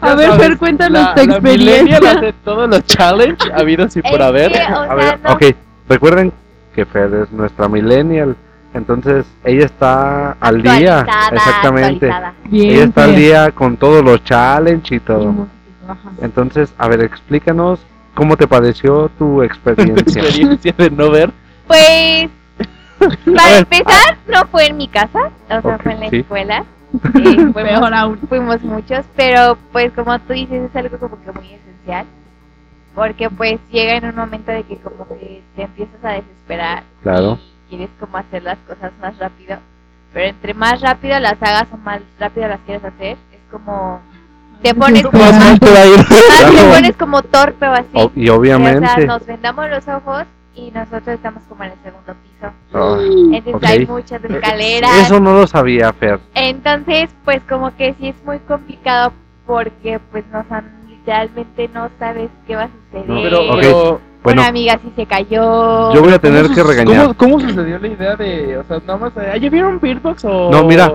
Speaker 2: A ver,
Speaker 5: sabes,
Speaker 2: Fer, cuéntanos tu experiencia.
Speaker 5: millennial hace todos los challenge habidos y
Speaker 3: Es
Speaker 5: por haber.
Speaker 3: que, o
Speaker 1: A
Speaker 3: sea,
Speaker 1: ver,
Speaker 3: no-
Speaker 1: ok, recuerden que Fer es nuestra millennial, entonces ella está al día,
Speaker 3: actualizada,
Speaker 1: exactamente.
Speaker 3: actualizada.
Speaker 2: Bien,
Speaker 1: Ella está al
Speaker 2: Fer.
Speaker 1: día con todos los challenges y
Speaker 2: Y
Speaker 1: todo.
Speaker 2: músico, ajá.
Speaker 1: Entonces, a ver, explícanos cómo te pareció tu experiencia.
Speaker 5: experiencia de no ver.
Speaker 3: Pues, para
Speaker 1: ver, ah.
Speaker 3: empezar, no fue en mi casa, o sea,
Speaker 1: Ok,
Speaker 3: fue en la
Speaker 1: sí.
Speaker 3: escuela. Eh, fuimos,
Speaker 2: Peor aún.
Speaker 3: fuimos muchos, pero pues como tú dices, es algo como que muy esencial. Porque pues llega en un momento de que como que te empiezas a desesperar.
Speaker 1: Claro.
Speaker 3: Y quieres como hacer las cosas más rápido. Pero entre más rápido las hagas o más rápido las quieres hacer, es como... Te pones como,
Speaker 2: Más
Speaker 3: más, más te
Speaker 1: Claro.
Speaker 3: pones como torpe o así.
Speaker 1: O- y
Speaker 3: O sea,
Speaker 1: obviamente,
Speaker 3: nos vendamos los ojos y nosotros estamos como en el segundo piso.
Speaker 1: Ah,
Speaker 3: Entonces
Speaker 1: ok. Eh,
Speaker 3: hay muchas escaleras.
Speaker 1: eso no lo sabía Fer.
Speaker 3: Entonces, pues como que sí es muy complicado porque pues nos han, literalmente no sabes qué va a suceder.
Speaker 1: No,
Speaker 5: Pero,
Speaker 1: Ok.
Speaker 5: pero
Speaker 1: Bueno,
Speaker 3: Una amiga sí se cayó.
Speaker 1: yo voy a tener
Speaker 5: ¿cómo
Speaker 1: que
Speaker 5: sus-
Speaker 1: regañar.
Speaker 5: ¿cómo, cómo sucedió la idea de, o sea, nada más, eh, "Ah, ¿ya vieron Beatbox o
Speaker 1: No, mira,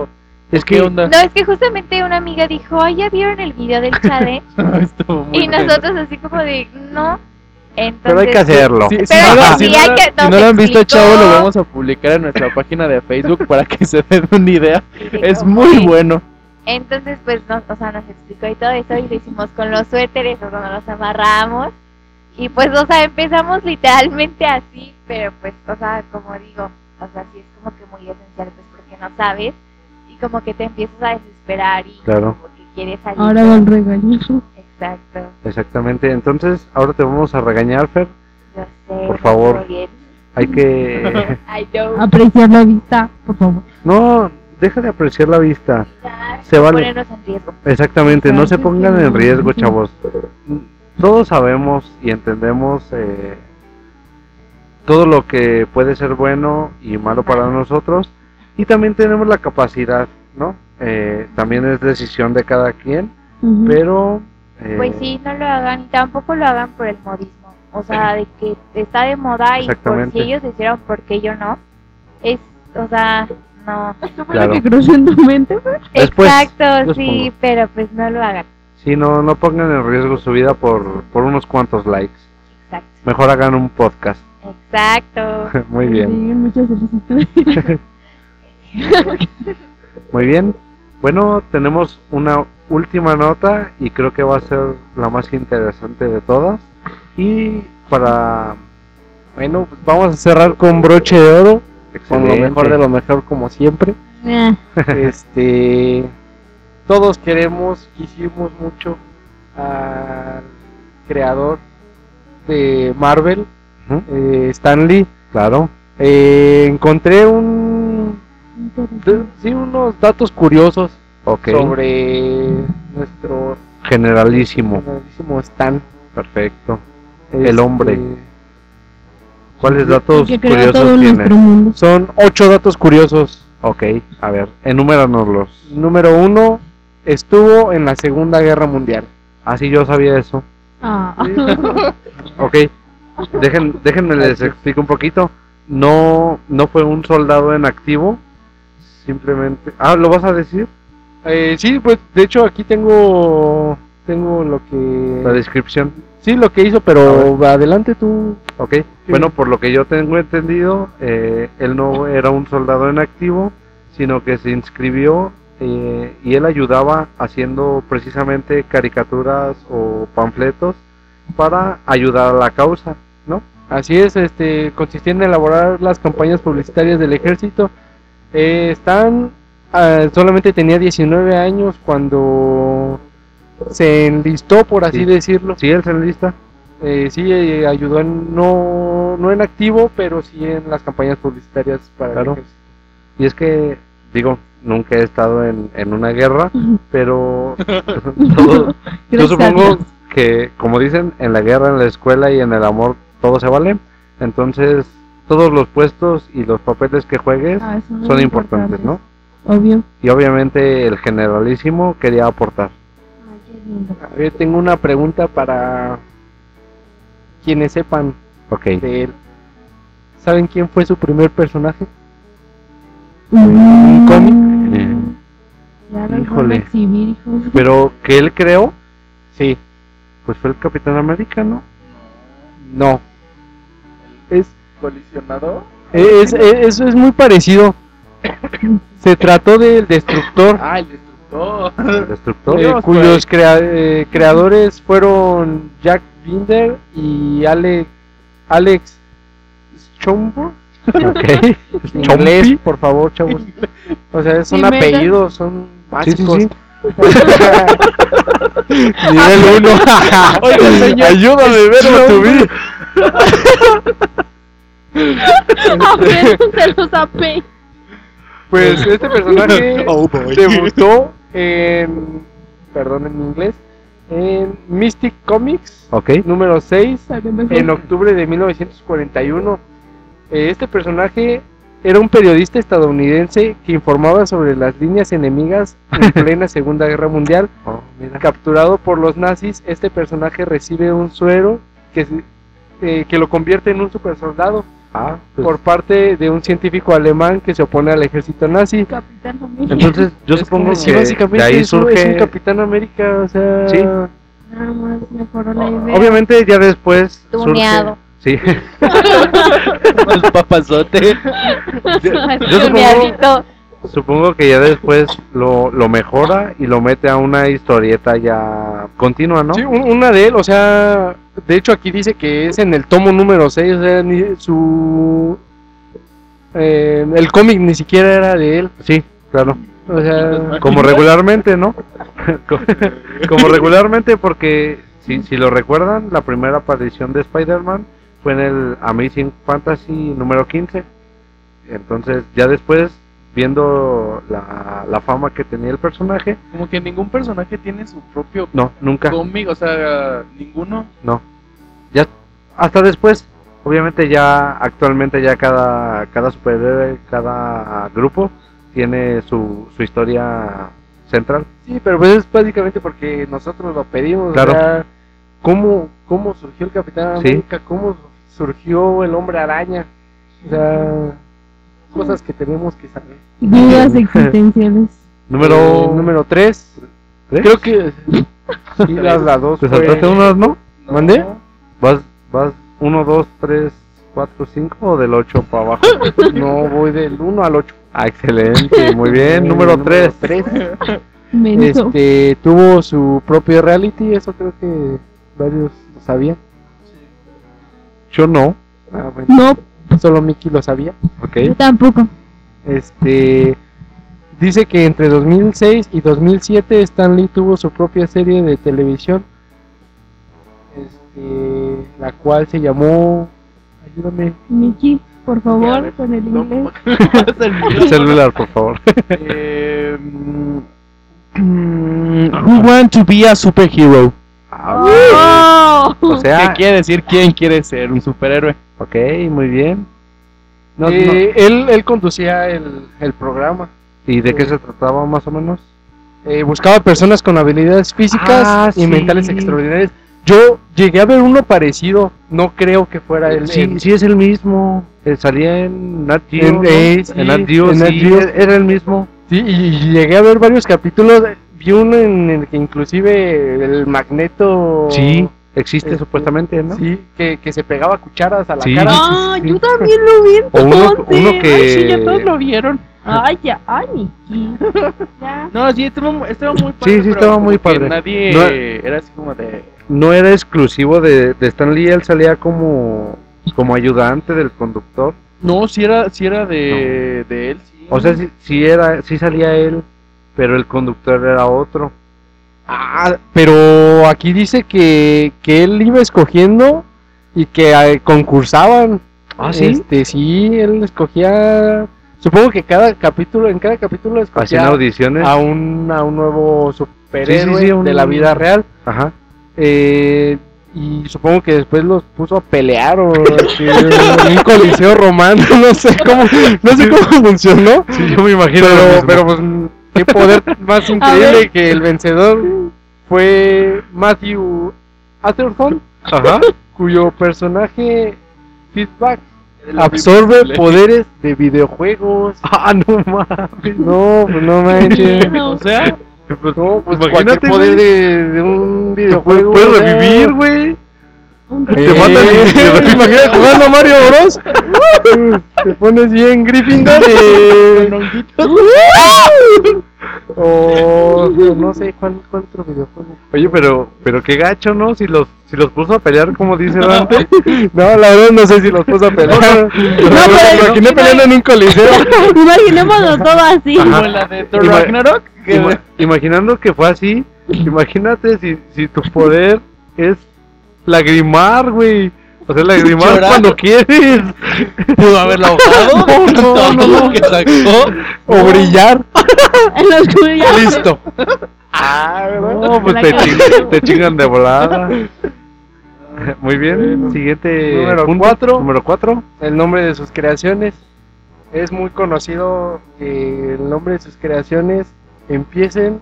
Speaker 1: Es
Speaker 5: qué
Speaker 1: que
Speaker 5: onda?
Speaker 3: No, es que justamente una amiga dijo, ay, ya vieron el video del challenge.
Speaker 5: Estuvo muy
Speaker 3: y
Speaker 5: bueno.
Speaker 3: nosotros así como de, no. Entonces,
Speaker 1: pero hay que hacerlo.
Speaker 5: Sí,
Speaker 3: Pero
Speaker 5: no
Speaker 3: sí,
Speaker 5: la-
Speaker 3: sí,
Speaker 5: no
Speaker 3: hay
Speaker 5: la-
Speaker 3: que-
Speaker 5: si
Speaker 3: nos
Speaker 5: no lo han visto,
Speaker 3: explicó.
Speaker 5: chavo, lo vamos a publicar en nuestra página de Facebook para que se den una idea.
Speaker 3: y de
Speaker 5: Es
Speaker 3: cómo
Speaker 5: muy
Speaker 3: es.
Speaker 5: bueno.
Speaker 3: Entonces, pues, nos, o sea, nos explicó y todo eso y lo hicimos con los suéteres, o sea, nos los amarramos. Y pues, o sea, empezamos literalmente así, pero pues, o sea, como digo, o sea, sí es como que muy esencial, pues, porque no sabes y como que te empiezas a desesperar y
Speaker 1: Claro.
Speaker 3: como que quieres salir.
Speaker 2: Ahora va el regaño.
Speaker 3: Exacto,
Speaker 1: Exactamente. Entonces, ahora te vamos a regañar, Fer.
Speaker 3: yo sé.
Speaker 1: Por favor.
Speaker 3: muy bien.
Speaker 1: Hay que
Speaker 3: Ay, yo.
Speaker 2: Apreciar la vista, por favor.
Speaker 1: No, deja de apreciar la vista. Se
Speaker 3: no
Speaker 1: vale.
Speaker 3: Ponernos en riesgo.
Speaker 1: Exactamente, no se
Speaker 2: Exacto,
Speaker 1: pongan
Speaker 2: sí.
Speaker 1: en riesgo, chavos. Todos sabemos y entendemos eh, todo lo que puede ser bueno y malo para nosotros y también tenemos la capacidad, ¿no? Eh, también es decisión de cada quien,
Speaker 2: Ujú.
Speaker 1: pero... eh,
Speaker 3: Pues sí, no lo hagan y tampoco lo hagan por el modismo. O sea, de que está de moda y por
Speaker 1: Exactamente.
Speaker 3: si ellos hicieron, ¿por qué yo no? Es, o sea, no.
Speaker 2: ¿Qué fue
Speaker 1: claro.
Speaker 2: lo que cruzó en tu mente?
Speaker 1: Después,
Speaker 3: Exacto,
Speaker 1: los
Speaker 3: sí,
Speaker 1: pongo.
Speaker 3: pero pues no lo hagan.
Speaker 1: Sí, no, no pongan en riesgo su vida por, por unos cuantos likes.
Speaker 3: Exacto,
Speaker 1: Mejor hagan un podcast.
Speaker 3: exacto.
Speaker 1: Muy bien.
Speaker 2: Sí, muchas solicitudes.
Speaker 1: Muy bien. Bueno, tenemos una última nota y creo que va a ser la más interesante de todas. Y para...
Speaker 6: Bueno,
Speaker 1: Vamos a cerrar con broche de oro.
Speaker 6: con lo mejor de lo mejor como siempre.
Speaker 2: Ah,
Speaker 6: este todos queremos quisimos mucho al creador de Marvel
Speaker 1: Ujú.
Speaker 6: eh, Stan Lee
Speaker 1: Claro.
Speaker 6: Eh, encontré un
Speaker 2: interesante.
Speaker 6: sí, unos datos curiosos
Speaker 1: Ok.
Speaker 6: sobre nuestro
Speaker 1: Generalísimo.
Speaker 6: generalísimo Stan
Speaker 1: Perfecto.
Speaker 6: Este,
Speaker 1: El hombre. ¿Cuáles datos
Speaker 2: que creó todo
Speaker 1: curiosos tienes?
Speaker 2: nuestro mundo.
Speaker 6: son ocho datos curiosos
Speaker 1: Ok. A ver, enuméranoslos.
Speaker 6: número uno estuvo en la Segunda Guerra Mundial
Speaker 1: Así Ah, yo sabía eso.
Speaker 2: Ah.
Speaker 1: Ok, Dejen, déjenme les explico un poquito. No, no fue un soldado en activo, simplemente... Ah, ¿lo vas a decir?
Speaker 6: Eh, sí, pues de hecho aquí tengo tengo lo
Speaker 1: La
Speaker 6: que
Speaker 1: descripción.
Speaker 6: sí lo que hizo, pero adelante tú.
Speaker 1: Ok, bueno, por lo que yo tengo entendido, eh, él no era un soldado en activo, sino que se inscribió eh, y él ayudaba haciendo precisamente caricaturas o panfletos para ayudar a la causa, ¿no?
Speaker 6: Así es, este consistía en elaborar las campañas publicitarias del ejército. Eh, Stan ah, solamente tenía 19 años cuando se enlistó, por así
Speaker 1: Sí.
Speaker 6: decirlo.
Speaker 1: Sí, él se enlista.
Speaker 6: Eh, sí, eh, ayudó en, no, no en activo, pero sí en las campañas publicitarias para
Speaker 1: Claro.
Speaker 6: el ejército.
Speaker 1: Y es que, digo, nunca he estado en, en una guerra, pero todo- yo
Speaker 2: Gracias a
Speaker 1: supongo
Speaker 2: Dios.
Speaker 1: que, como dicen, en la guerra, en la escuela y en el amor todo se vale. Entonces, todos los puestos y los papeles que juegues
Speaker 2: Ah, son muy
Speaker 1: son importantes, ¿no?
Speaker 2: Obvio.
Speaker 1: Y obviamente el generalísimo quería aportar.
Speaker 2: Ay, qué lindo.
Speaker 6: A ver, tengo una pregunta para quienes sepan
Speaker 1: Ok.
Speaker 6: de él. ¿Saben quién fue su primer personaje?
Speaker 2: Mm. ¿Un
Speaker 1: cómic?
Speaker 2: Ya lo
Speaker 1: Híjole.
Speaker 2: Híjole. exhibir, hijo.
Speaker 1: Pero que él creó,
Speaker 6: Sí.
Speaker 1: pues fue el Capitán América, ¿no?
Speaker 6: No. Es,
Speaker 5: Colisionador.
Speaker 6: es, es, es- es muy parecido. Se trató del Destructor,
Speaker 5: Ah, el destructor.
Speaker 1: El destructor.
Speaker 6: eh, cuyos crea- eh, creadores fueron Jack Binder y Ale- Alex Schomburg.
Speaker 1: Ok.
Speaker 6: Inglés, por favor, chavos. O sea, son
Speaker 2: Primera.
Speaker 6: apellidos, son básicos.
Speaker 1: sí.
Speaker 7: Nivel 1.
Speaker 5: Oiga, señor.
Speaker 7: Ayúdame, verbo tu vida.
Speaker 2: Abriéndose los AP.
Speaker 6: Pues este personaje
Speaker 7: Oh boy.
Speaker 6: debutó en. Perdón, en inglés. En Mystic Comics
Speaker 1: Ok.
Speaker 6: número 6
Speaker 2: salió mejor.
Speaker 6: en octubre de 1941. Eh, Este personaje era un periodista estadounidense que informaba sobre las líneas enemigas en plena Segunda Guerra Mundial.
Speaker 1: Oh, mira.
Speaker 6: Capturado por los nazis, este personaje recibe un suero que, se- eh, que lo convierte en un supersoldado
Speaker 1: Ah, pues,
Speaker 6: por parte de un científico alemán que se opone al ejército nazi.
Speaker 2: Capitán América.
Speaker 1: entonces yo
Speaker 6: Es
Speaker 1: supongo
Speaker 6: como si
Speaker 1: que de
Speaker 6: básicamente
Speaker 1: ahí
Speaker 6: es un- es un
Speaker 1: surge
Speaker 6: Capitán América, o sea,
Speaker 1: Sí.
Speaker 2: Nada más mejoró la idea.
Speaker 1: Obviamente ya después surge-
Speaker 3: Tuneado.
Speaker 1: Sí.
Speaker 5: El papazote.
Speaker 1: Yo supongo,
Speaker 3: Tuneadito.
Speaker 1: supongo que ya después lo, lo mejora y lo mete a una historieta ya continua, ¿no?
Speaker 6: Sí, un- una de él, o sea, de hecho aquí dice que es en el tomo número 6, o sea, ni su... eh, el cómic ni siquiera era de él,
Speaker 1: Sí, claro.
Speaker 6: o
Speaker 5: Ah,
Speaker 6: sea...
Speaker 1: Como regularmente, ¿no? Co- Como regularmente, porque si, si lo recuerdan, la primera aparición de Spider-Man fue en el Amazing Fantasy número 15. Entonces, ya después, viendo la, la fama que tenía el personaje,
Speaker 5: Como que ningún personaje tiene su propio
Speaker 1: no, nunca,
Speaker 5: cómic, o sea, ninguno.
Speaker 1: no. Ya, hasta después, obviamente ya actualmente ya cada, cada superhéroe, cada grupo tiene su, su historia central.
Speaker 6: Sí, pero pues es básicamente porque nosotros lo pedimos,
Speaker 1: Claro.
Speaker 6: o sea, ¿cómo, cómo surgió el Capitán
Speaker 1: Sí.
Speaker 6: América, cómo surgió el Hombre Araña, o sea, cosas que tenemos que saber.
Speaker 2: Dudas existenciales.
Speaker 1: Número...
Speaker 6: Eh, número 3,
Speaker 1: ¿tres?
Speaker 6: creo que... Sí, las, las dos.
Speaker 1: Te
Speaker 6: fue-
Speaker 1: saltaste unas, ¿no?
Speaker 6: ¿Mandé?
Speaker 1: Vas, vas 1, 2, 3, 4, 5 o del 8 para abajo.
Speaker 6: No, voy del 1 al 8.
Speaker 1: Ah, excelente, muy bien. Eh, número 3.
Speaker 2: Menso.
Speaker 6: Este, tuvo su propio reality, eso creo que varios lo sabían.
Speaker 1: Yo no.
Speaker 6: Ah, bueno,
Speaker 2: No,
Speaker 6: solo Mickey lo sabía.
Speaker 2: yo
Speaker 1: Ok.
Speaker 2: tampoco.
Speaker 6: Este, dice que entre 2006 y 2007 Stan Lee tuvo su propia serie de televisión. Este, la cual se llamó... Ayúdame.
Speaker 2: Miki, por
Speaker 5: Ya, a
Speaker 2: favor,
Speaker 5: ver,
Speaker 2: con el
Speaker 5: No,
Speaker 2: inglés.
Speaker 1: El celular, por favor.
Speaker 5: Eh,
Speaker 7: Who want to be a superhero?
Speaker 2: ¡Oh!
Speaker 1: O
Speaker 5: ¿Qué
Speaker 1: sea,
Speaker 5: quiere decir quién quiere ser un superhéroe?
Speaker 1: ok, muy bien. No, no.
Speaker 6: Eh, Él, él conducía el, el programa.
Speaker 1: ¿Y de qué se trataba más o menos?
Speaker 6: Eh, buscaba personas con habilidades físicas
Speaker 1: Ah,
Speaker 6: y
Speaker 1: sí.
Speaker 6: mentales extraordinarias. Yo llegué a ver uno parecido, no creo que fuera Ah, el,
Speaker 1: Sí,
Speaker 6: el-
Speaker 1: sí es el mismo. eh, salía en Nat Geo,
Speaker 6: En-
Speaker 1: ¿no?
Speaker 6: eh, sí,
Speaker 1: en Nat Geo,
Speaker 6: en Nat
Speaker 1: sí,
Speaker 6: Geo.
Speaker 1: era el mismo.
Speaker 6: Sí, y llegué a ver varios capítulos. Vi uno en el que inclusive el magneto.
Speaker 1: Sí, existe
Speaker 6: Este,
Speaker 1: supuestamente, ¿no?
Speaker 6: Sí, que, que se pegaba cucharas a la
Speaker 1: Sí.
Speaker 6: cara.
Speaker 2: Ah, yo también lo vi
Speaker 1: O uno-
Speaker 2: entonces.
Speaker 1: uno
Speaker 2: Ay,
Speaker 1: que-
Speaker 2: sí, ya todos lo-
Speaker 5: lo vieron.
Speaker 2: Ay, ya, ay, Niki. Ya.
Speaker 5: No, sí, estaba, estaba muy
Speaker 1: Sí,
Speaker 5: padre.
Speaker 1: sí,
Speaker 5: pero
Speaker 1: estaba muy
Speaker 5: como que
Speaker 1: padre.
Speaker 5: Nadie
Speaker 1: No-
Speaker 5: era así como de.
Speaker 1: No era exclusivo de, de Stan Lee, él salía como, como ayudante del conductor.
Speaker 5: No, si era, si era de, de él, sí.
Speaker 1: O sea, sí, sí era, sí salía él, pero el conductor era otro.
Speaker 6: Ah, pero aquí dice que, que él iba escogiendo y que eh, concursaban.
Speaker 1: Ah, ¿sí?
Speaker 6: Este, sí, él escogía. Supongo que cada capítulo, en cada capítulo
Speaker 1: Hacían
Speaker 6: escogía
Speaker 1: audiciones.
Speaker 6: a un, a un nuevo superhéroe
Speaker 1: Sí, sí, sí, un-
Speaker 6: de la vida real.
Speaker 1: Ajá.
Speaker 6: Eh, y supongo que después los puso a pelear o así, en un coliseo romano, no sé cómo, no sé cómo funcionó.
Speaker 1: Sí, yo me imagino.
Speaker 6: Pero, pero pues, qué poder más increíble que el vencedor fue Matthew Atherton,
Speaker 1: Ajá.
Speaker 6: cuyo personaje Feedback absorbe poderes de videojuegos.
Speaker 1: Ah, no mames.
Speaker 6: No, pues no manches.
Speaker 5: O sea,
Speaker 6: No, pues cualquier
Speaker 1: Imagínate,
Speaker 6: poder
Speaker 1: güey.
Speaker 6: de, de un videojuego.
Speaker 1: Puedes
Speaker 6: ¿no?
Speaker 1: revivir, güey.
Speaker 2: Un-
Speaker 6: Te
Speaker 1: matan el-
Speaker 6: imaginas jugando a Mario Bros. Te pones bien Gryffindor eh, O Oh, no sé cuál, cuál otro videojuego.
Speaker 1: Oye, pero, pero qué gacho, ¿no? Si los, si los puso a pelear, como dice Dante.
Speaker 6: No, la verdad no sé si los puso a pelear. No,
Speaker 2: pero-
Speaker 6: me imaginé peleando en un coliseo.
Speaker 2: Imaginémoslo todo así.
Speaker 5: como la de Thor
Speaker 1: Ima-
Speaker 5: Ragnarok. que-
Speaker 1: Ima- imaginando que fue así, imagínate si, si tu poder es lagrimar, güey. O sea, lagrimar
Speaker 5: Llorar.
Speaker 1: cuando quieres.
Speaker 5: pudo haberlo ahogado.
Speaker 6: No, no,
Speaker 5: Todo
Speaker 6: no.
Speaker 5: lo que sacó.
Speaker 6: O brillar.
Speaker 2: En la oscuridad.
Speaker 6: Listo.
Speaker 1: No, pues
Speaker 2: La
Speaker 1: te,
Speaker 2: que-
Speaker 1: chingan- te chingan de volada. Muy bien, siguiente
Speaker 6: Eh, Número
Speaker 1: punto.
Speaker 6: cuatro.
Speaker 1: Número 4.
Speaker 6: El nombre de sus creaciones. Es muy conocido que el nombre de sus creaciones empiecen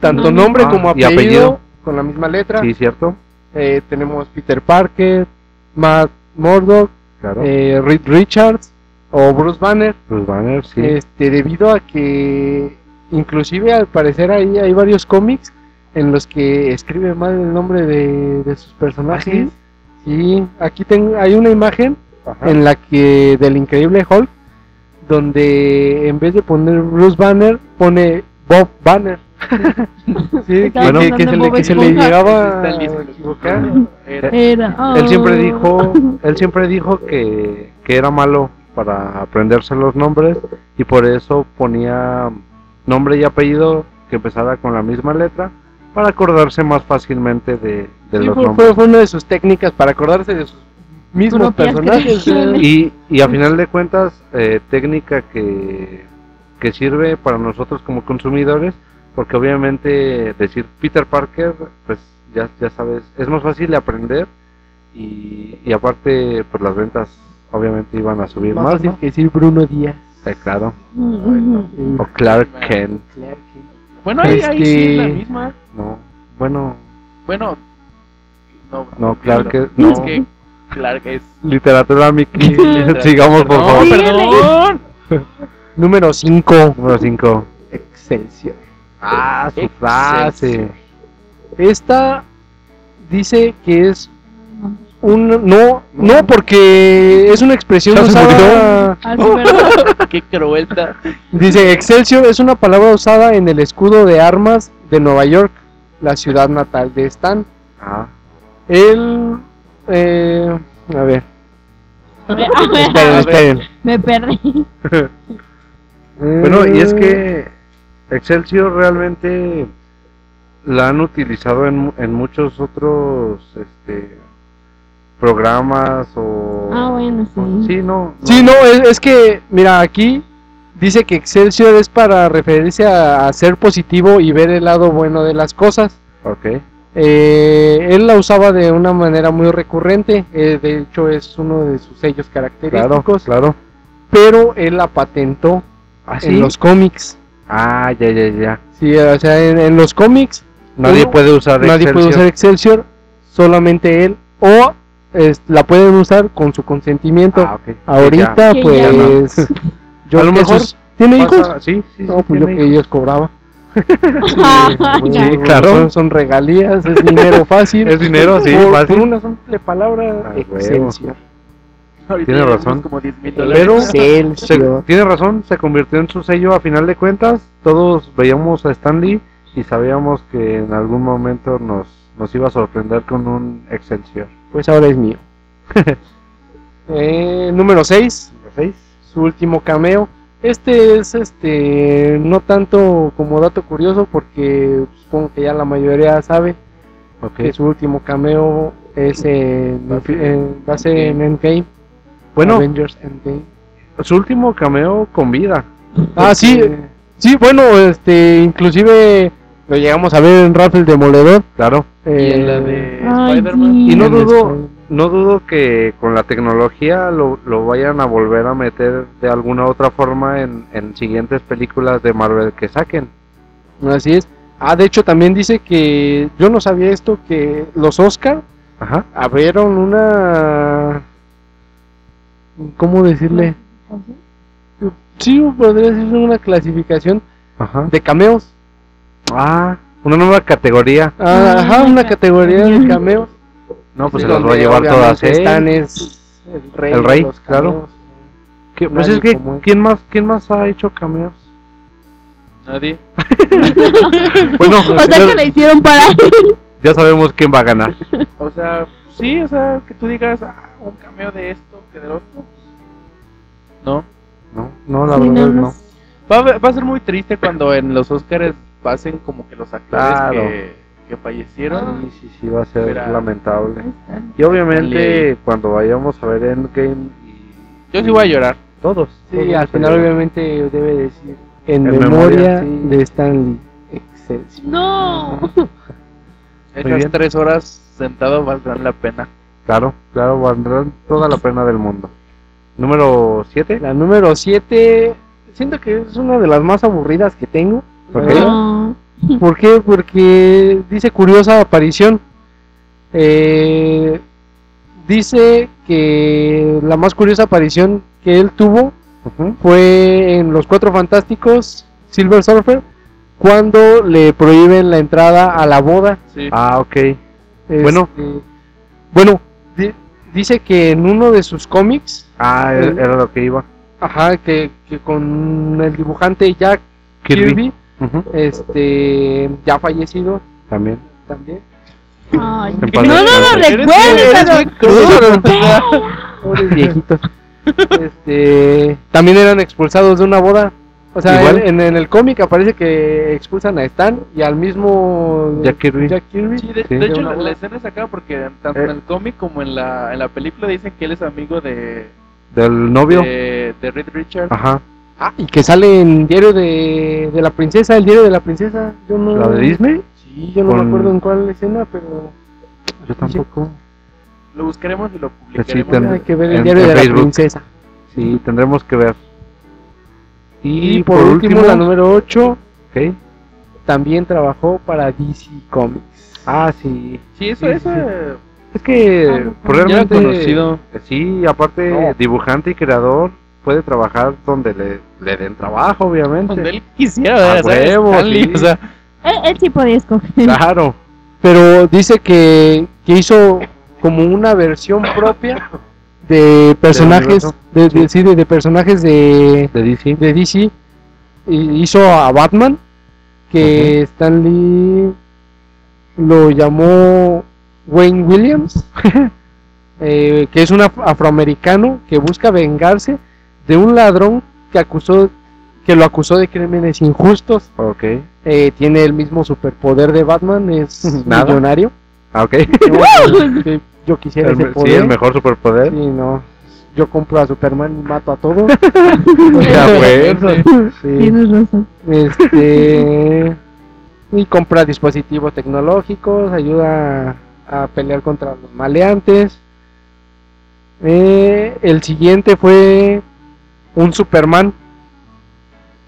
Speaker 6: tanto
Speaker 2: Nombre.
Speaker 6: nombre
Speaker 1: Ah,
Speaker 6: como
Speaker 1: y
Speaker 6: apellido,
Speaker 1: apellido.
Speaker 6: con la misma letra.
Speaker 1: Sí, cierto.
Speaker 6: Eh, tenemos Peter Parker, Matt Murdock,
Speaker 1: Claro.
Speaker 6: eh, Reed Richards o Bruce Banner.
Speaker 1: Bruce Banner, sí.
Speaker 6: este debido a que inclusive al parecer ahí hay varios cómics en los que escribe mal el nombre de, de sus personajes
Speaker 1: ¿Ah,
Speaker 6: y aquí tengo hay una imagen
Speaker 2: Ah.
Speaker 1: Ajá.
Speaker 6: en la que del increíble Hulk donde en vez de poner Bruce Banner pone Bob Banner sí, que,
Speaker 2: Estaba
Speaker 6: que-
Speaker 2: pensando
Speaker 6: que se
Speaker 2: en
Speaker 6: le,
Speaker 2: Bob
Speaker 6: que se le
Speaker 2: Esponja.
Speaker 6: llegaba
Speaker 5: Está
Speaker 6: a
Speaker 5: listo.
Speaker 6: equivocar
Speaker 5: Era-
Speaker 2: Era, oh.
Speaker 1: Él siempre dijo, él siempre dijo que, que era malo para aprenderse los nombres y por eso ponía nombre y apellido que empezara con la misma letra para acordarse más fácilmente de, de
Speaker 6: Sí,
Speaker 1: los
Speaker 6: fue,
Speaker 1: nombres.
Speaker 6: fue- fue una de sus técnicas para acordarse de sus mismos
Speaker 2: Propias
Speaker 6: personajes
Speaker 2: creaciones.
Speaker 1: Y, y a final de cuentas, eh, técnica que, que sirve para nosotros como consumidores, porque obviamente decir Peter Parker, pues ya, ya sabes, es más fácil de aprender y, y aparte, pues las ventas obviamente iban a subir
Speaker 6: más
Speaker 1: más,
Speaker 6: fácil
Speaker 1: ¿no?
Speaker 6: que decir Bruno Díaz
Speaker 1: Eh, claro.
Speaker 2: Mm, mm.
Speaker 1: O Clark Kent,
Speaker 5: Bueno, ahí, ahí sí es la
Speaker 6: Este-
Speaker 5: misma.
Speaker 1: ¿no? Bueno,
Speaker 5: Bueno. No,
Speaker 1: no, Clark Kent,
Speaker 5: No.
Speaker 1: no.
Speaker 5: Es que Clark es.
Speaker 1: Literatura Mickey,
Speaker 5: Literatura.
Speaker 1: sigamos por favor.
Speaker 5: No, perdón.
Speaker 6: Número 5.
Speaker 1: Número 5.
Speaker 6: Excelsior.
Speaker 1: Ah, su
Speaker 5: Excelsior.
Speaker 1: frase.
Speaker 6: Esta dice que es un no, no porque es una expresión
Speaker 1: Ya se
Speaker 6: usada.
Speaker 2: Ah, sí, ¿verdad?
Speaker 5: Qué crueldad.
Speaker 6: Dice Excelsior es una palabra usada en el escudo de armas de Nueva York, la ciudad natal de Stan.
Speaker 1: Ah,
Speaker 6: Él eh, a ver,
Speaker 2: A ver, a ver,
Speaker 6: esperen, esperen.
Speaker 2: Me perdí.
Speaker 1: Bueno, y es
Speaker 6: Eh,
Speaker 1: que
Speaker 2: Mm.
Speaker 1: Excelsior realmente la han utilizado en, mu- en muchos otros este, programas o...
Speaker 2: Ah, bueno, sí.
Speaker 1: o- Sí, no.
Speaker 6: Sí, no, eh, es, es que, mira, aquí dice que Excelsior es para referirse a, a ser positivo y ver el lado bueno de las cosas.
Speaker 1: Ok.
Speaker 6: Eh, él la usaba de una manera muy recurrente, eh, de hecho es uno de sus sellos
Speaker 1: Claro,
Speaker 6: característicos,
Speaker 1: claro.
Speaker 6: pero él la patentó
Speaker 1: Ah,
Speaker 6: en los cómics.
Speaker 1: Ah, ya, ya, ya.
Speaker 6: Sí, o sea, en, en los cómics
Speaker 1: Nadie
Speaker 6: Uno-
Speaker 1: puede usar
Speaker 6: nadie puede
Speaker 1: Excelsior.
Speaker 6: usar Excelsior, solamente él o es- la pueden usar con su consentimiento.
Speaker 1: Ah, ok.
Speaker 6: Ahorita,
Speaker 2: Que
Speaker 6: pues,
Speaker 2: ya
Speaker 6: yo
Speaker 5: a lo
Speaker 6: que
Speaker 5: mejor
Speaker 6: sus- tiene
Speaker 1: Pasa-
Speaker 6: hijos.
Speaker 1: Sí, sí, sí,
Speaker 6: No, pues yo
Speaker 1: tiene Ah,
Speaker 6: que ellos cobraba.
Speaker 2: Ay, ya.
Speaker 6: Bueno,
Speaker 5: claro.
Speaker 6: son- Son regalías, es dinero fácil.
Speaker 1: Es dinero, sí,
Speaker 6: por,
Speaker 1: fácil.
Speaker 6: por una simple palabra,
Speaker 1: Ah, huevo.
Speaker 6: Excelsior.
Speaker 1: Tiene razón.
Speaker 4: Como 10 mil dólares.
Speaker 1: Pero se-
Speaker 6: Excelsior.
Speaker 1: tiene razón, se convirtió en su sello a final de cuentas. Todos veíamos a Stanley y sabíamos que en algún momento nos, nos iba a sorprender con un Excelsior.
Speaker 6: Pues ahora es mío. Eh, número 6. su último cameo. Este es este no tanto como dato curioso porque supongo que ya la mayoría sabe
Speaker 1: Ok.
Speaker 6: que su último cameo es en, en- va a ser en Endgame,
Speaker 1: Bueno,
Speaker 6: Avengers Endgame.
Speaker 1: su último cameo con vida.
Speaker 6: Ah, sí,
Speaker 4: Eh,
Speaker 6: sí, bueno, este inclusive lo llegamos a ver en Ralph el Demoledor.
Speaker 1: Claro.
Speaker 5: Y
Speaker 6: eh,
Speaker 5: en la de
Speaker 2: Ay,
Speaker 5: Spider-Man.
Speaker 2: sí.
Speaker 1: Y no
Speaker 6: en
Speaker 1: dudo,
Speaker 6: Spider-
Speaker 1: no dudo que con la tecnología lo, lo vayan a volver a meter de alguna otra forma en, en siguientes películas de Marvel que saquen.
Speaker 6: Así es. Ah, de hecho también dice que yo no sabía esto que los Oscar
Speaker 1: Ajá.
Speaker 6: abrieron una ¿cómo decirle? Sí, podría ser una clasificación
Speaker 1: Ajá.
Speaker 6: de cameos.
Speaker 1: Ah, una nueva categoría.
Speaker 6: Ah,
Speaker 2: Ah,
Speaker 6: Ajá, una categoría de cameos.
Speaker 1: No, pues
Speaker 6: Sí,
Speaker 1: se las va a
Speaker 6: donde
Speaker 1: llevar todas.
Speaker 6: obviamente
Speaker 1: ¿eh?
Speaker 6: Stan es el rey.
Speaker 1: El rey,
Speaker 6: de los cameos.
Speaker 1: Que- pues
Speaker 6: Nadie
Speaker 1: es que,
Speaker 6: como él.
Speaker 1: ¿quién más, ¿quién más ha hecho cameos?
Speaker 5: Nadie.
Speaker 1: Bueno,
Speaker 2: O sea que
Speaker 1: ya,
Speaker 2: la hicieron para
Speaker 1: ya sabemos quién va a ganar.
Speaker 4: O sea, sí, o sea, que tú digas ah, un cameo de esto, que del otro.
Speaker 5: No.
Speaker 1: No, no, la
Speaker 2: Sí, no,
Speaker 1: verdad
Speaker 2: no.
Speaker 1: no.
Speaker 5: Va a, ver- va a ser muy triste cuando en los Oscars pasen como que los actores
Speaker 1: Claro. Ah,
Speaker 5: que, que fallecieron.
Speaker 1: Sí, sí, sí, va a ser
Speaker 5: Espera.
Speaker 1: lamentable. Y obviamente, cuando vayamos a ver Endgame y...
Speaker 5: Yo sí voy a llorar.
Speaker 1: Todos.
Speaker 6: Sí,
Speaker 1: todos
Speaker 6: al final
Speaker 1: lloran.
Speaker 6: obviamente debe decir en,
Speaker 1: Pues, En
Speaker 6: memoria,
Speaker 1: memoria, sí.
Speaker 6: de Stanley. Excelsior.
Speaker 2: No.
Speaker 1: Muy bien.
Speaker 5: Esas tres horas sentado valdrán la pena.
Speaker 1: Claro, claro, valdrán toda la pena del mundo. Número 7.
Speaker 6: La número 7 siento que es una de las más aburridas que tengo. la
Speaker 1: Ok.
Speaker 6: verdad.
Speaker 2: No.
Speaker 6: ¿Por qué? Porque dice curiosa aparición. Eh, dice que la más curiosa aparición que él tuvo fue en Los Cuatro Fantásticos, Silver Surfer, cuando le prohíben la entrada a la boda.
Speaker 5: Sí.
Speaker 1: Ah, ok.
Speaker 6: Este,
Speaker 1: Bueno.
Speaker 6: bueno, di- dice que en uno de sus cómics,
Speaker 1: Ah,
Speaker 6: El-
Speaker 1: era lo que iba.
Speaker 6: ajá, que, que con el dibujante Jack
Speaker 1: Kirby.
Speaker 6: Kirby
Speaker 1: Ujú,
Speaker 6: este, ya fallecido
Speaker 1: También.
Speaker 6: también.
Speaker 2: Ay,
Speaker 1: En
Speaker 2: no,
Speaker 1: paz
Speaker 2: no lo
Speaker 1: descanse.
Speaker 2: recuerdes, pero-
Speaker 6: pobres viejitos. Este, también eran expulsados de una boda. O sea,
Speaker 1: Igual.
Speaker 6: en, en el cómic aparece que expulsan a Stan y al mismo
Speaker 1: Jack Kirby.
Speaker 6: Jack Kirby.
Speaker 5: Sí, de,
Speaker 1: Sí.
Speaker 5: de hecho
Speaker 6: De una
Speaker 5: la, la
Speaker 6: boda.
Speaker 5: escena es acá porque tanto en el cómic como en la, en la película dicen que él es amigo de,
Speaker 1: Del novio.
Speaker 6: Eh,
Speaker 5: de, de Reed Richards.
Speaker 1: Ajá.
Speaker 6: Ah, y que sale en Diario de, de la Princesa, el Diario de la Princesa. Yo no,
Speaker 1: ¿La de Disney?
Speaker 6: Sí, yo no
Speaker 1: Con-
Speaker 6: me acuerdo en cuál escena, pero
Speaker 1: Yo tampoco.
Speaker 5: Lo buscaremos y lo
Speaker 1: Sí,
Speaker 5: publicaremos.
Speaker 1: En-
Speaker 6: hay que ver el
Speaker 1: en-
Speaker 6: Diario
Speaker 1: en
Speaker 6: de
Speaker 1: Facebook.
Speaker 6: la Princesa.
Speaker 1: Sí, tendremos que ver.
Speaker 6: Y, por, último, la número 8
Speaker 1: Ok.
Speaker 6: también trabajó para DC Comics.
Speaker 1: Ah, sí.
Speaker 5: Sí, eso,
Speaker 6: Sí,
Speaker 5: eso.
Speaker 6: sí.
Speaker 5: eh,
Speaker 1: Es que pues,
Speaker 5: ya era
Speaker 1: realmente.
Speaker 5: conocido.
Speaker 1: Sí, aparte,
Speaker 6: No.
Speaker 1: dibujante y creador puede trabajar donde le, le den trabajo, obviamente.
Speaker 5: Donde él quisiera,
Speaker 1: A
Speaker 5: ¿verdad? ¿sabes?
Speaker 1: huevo,
Speaker 5: Stanley,
Speaker 1: sí.
Speaker 5: o sea,
Speaker 2: Él, él sí podía escoger.
Speaker 1: Claro.
Speaker 6: pero dice que, que hizo como una versión propia de personajes
Speaker 1: universo.
Speaker 6: de, de- sí, de- de personajes de,
Speaker 1: De DC.
Speaker 6: de DC Y hizo a Batman que Stan Lee lo llamó Wayne Williams eh, que es un af- afroamericano que busca vengarse de un ladrón que acusó que lo acusó de crímenes injustos
Speaker 1: Ok.
Speaker 6: eh, tiene el mismo superpoder de Batman, es
Speaker 1: Nada.
Speaker 6: millonario.
Speaker 1: Ah, ok.
Speaker 6: Yo, yo- yo quisiera
Speaker 1: El
Speaker 6: ese
Speaker 1: me- sí,
Speaker 6: poder.
Speaker 1: el mejor superpoder.
Speaker 6: Sí, no. Yo compro a Superman y mato a todos.
Speaker 1: Ya, pues. güey.
Speaker 6: Sí.
Speaker 2: Tienes razón.
Speaker 6: Este y compra dispositivos tecnológicos, ayuda a, a pelear contra los maleantes. Eh, el siguiente fue un Superman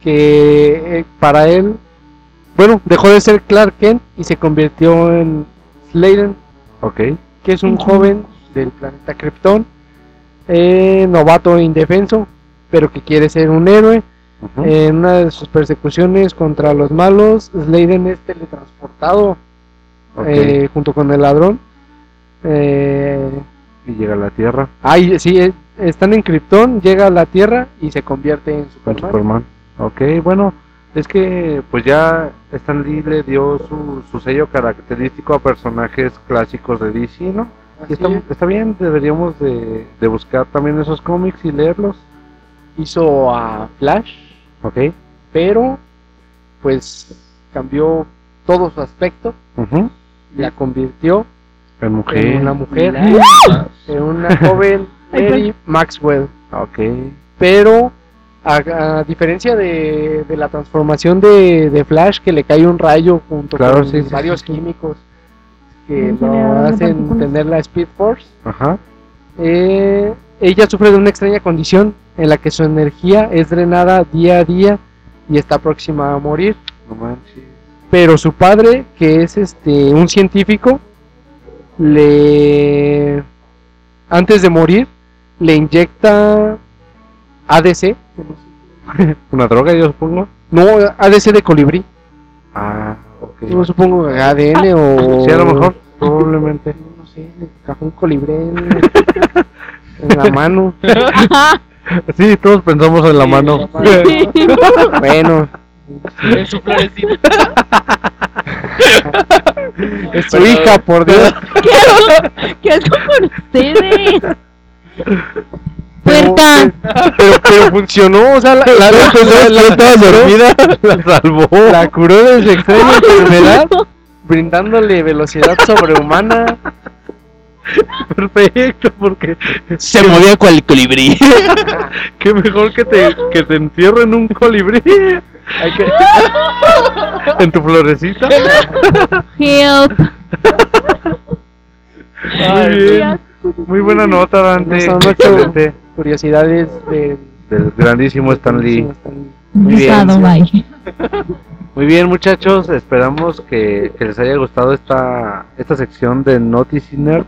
Speaker 6: que eh, para él, bueno, dejó de ser Clark Kent y se convirtió en Sladen,
Speaker 1: Ok.
Speaker 6: que es un joven del planeta Krypton, eh, novato e indefenso, pero que quiere ser un héroe.
Speaker 1: ujú.
Speaker 6: En una de sus persecuciones contra los malos, Sladen es teletransportado
Speaker 1: Ok,
Speaker 6: eh, junto con el ladrón. Eh,
Speaker 1: Y llega a la Tierra
Speaker 6: ay, sí, eh, están en Krypton, llega a la Tierra y se convierte en
Speaker 1: con Superman.
Speaker 6: Superman.
Speaker 1: Ok, bueno, es que pues ya Stan Lee le dio su, su sello característico a personajes clásicos de DC, ¿no? Y
Speaker 6: Así
Speaker 1: está,
Speaker 6: es.
Speaker 1: está bien, deberíamos de, de buscar también esos cómics y leerlos.
Speaker 6: Hizo a Flash,
Speaker 1: Ok.
Speaker 6: pero pues cambió todo su aspecto,
Speaker 1: ujú,
Speaker 6: la convirtió
Speaker 1: En mujer.
Speaker 6: en una mujer. en una joven
Speaker 2: Ay,
Speaker 6: Mary Maxwell.
Speaker 1: Ok.
Speaker 6: Pero a, a diferencia de, de la transformación de, de Flash, que le cae un rayo junto
Speaker 1: Claro,
Speaker 6: con
Speaker 1: sí, sí,
Speaker 6: varios químicos que
Speaker 2: Un
Speaker 6: lo
Speaker 2: generador de
Speaker 6: hacen
Speaker 2: partículas.
Speaker 6: tener la Speed Force,
Speaker 1: Ajá.
Speaker 6: eh, ella sufre de una extraña condición en la que su energía es drenada día a día y está próxima a morir
Speaker 1: No manches.
Speaker 6: pero su padre, que es este un científico, le antes de morir le inyecta ADC,
Speaker 1: ¿Una droga, yo supongo?
Speaker 6: no ADC de colibrí,
Speaker 1: Ah, ok.
Speaker 6: yo supongo ADN o
Speaker 1: Sí, a lo mejor, probablemente.
Speaker 6: no sé, le cajó un colibrí en, en la mano.
Speaker 1: Sí, todos pensamos en la mano.
Speaker 6: bueno,
Speaker 5: En su florecita.
Speaker 6: es su
Speaker 5: Pero-
Speaker 6: hija, por Dios.
Speaker 2: ¿Qué hago, ¿Qué hago con ustedes?
Speaker 6: Pero-
Speaker 2: Puerta.
Speaker 6: Pero, pero funcionó, o sea, la, la, dormida.
Speaker 1: La salvó.
Speaker 6: La curó de su extraña enfermedad, brindándole velocidad sobrehumana.
Speaker 1: Perfecto, porque
Speaker 5: Se movía cual colibrí.
Speaker 1: qué mejor que te, que te entierren un colibrí
Speaker 6: Hay que-
Speaker 1: en tu florecita.
Speaker 2: Help.
Speaker 1: Muy bien. Muy buena nota, Dante.
Speaker 6: Nos han hecho-
Speaker 1: Excelente.
Speaker 6: Curiosidades de.
Speaker 1: Del grandísimo Stan Lee. Muy bien.
Speaker 2: Usado, bye.
Speaker 1: Muy bien, muchachos, esperamos que, que les haya gustado esta, esta sección de Notice Nerd.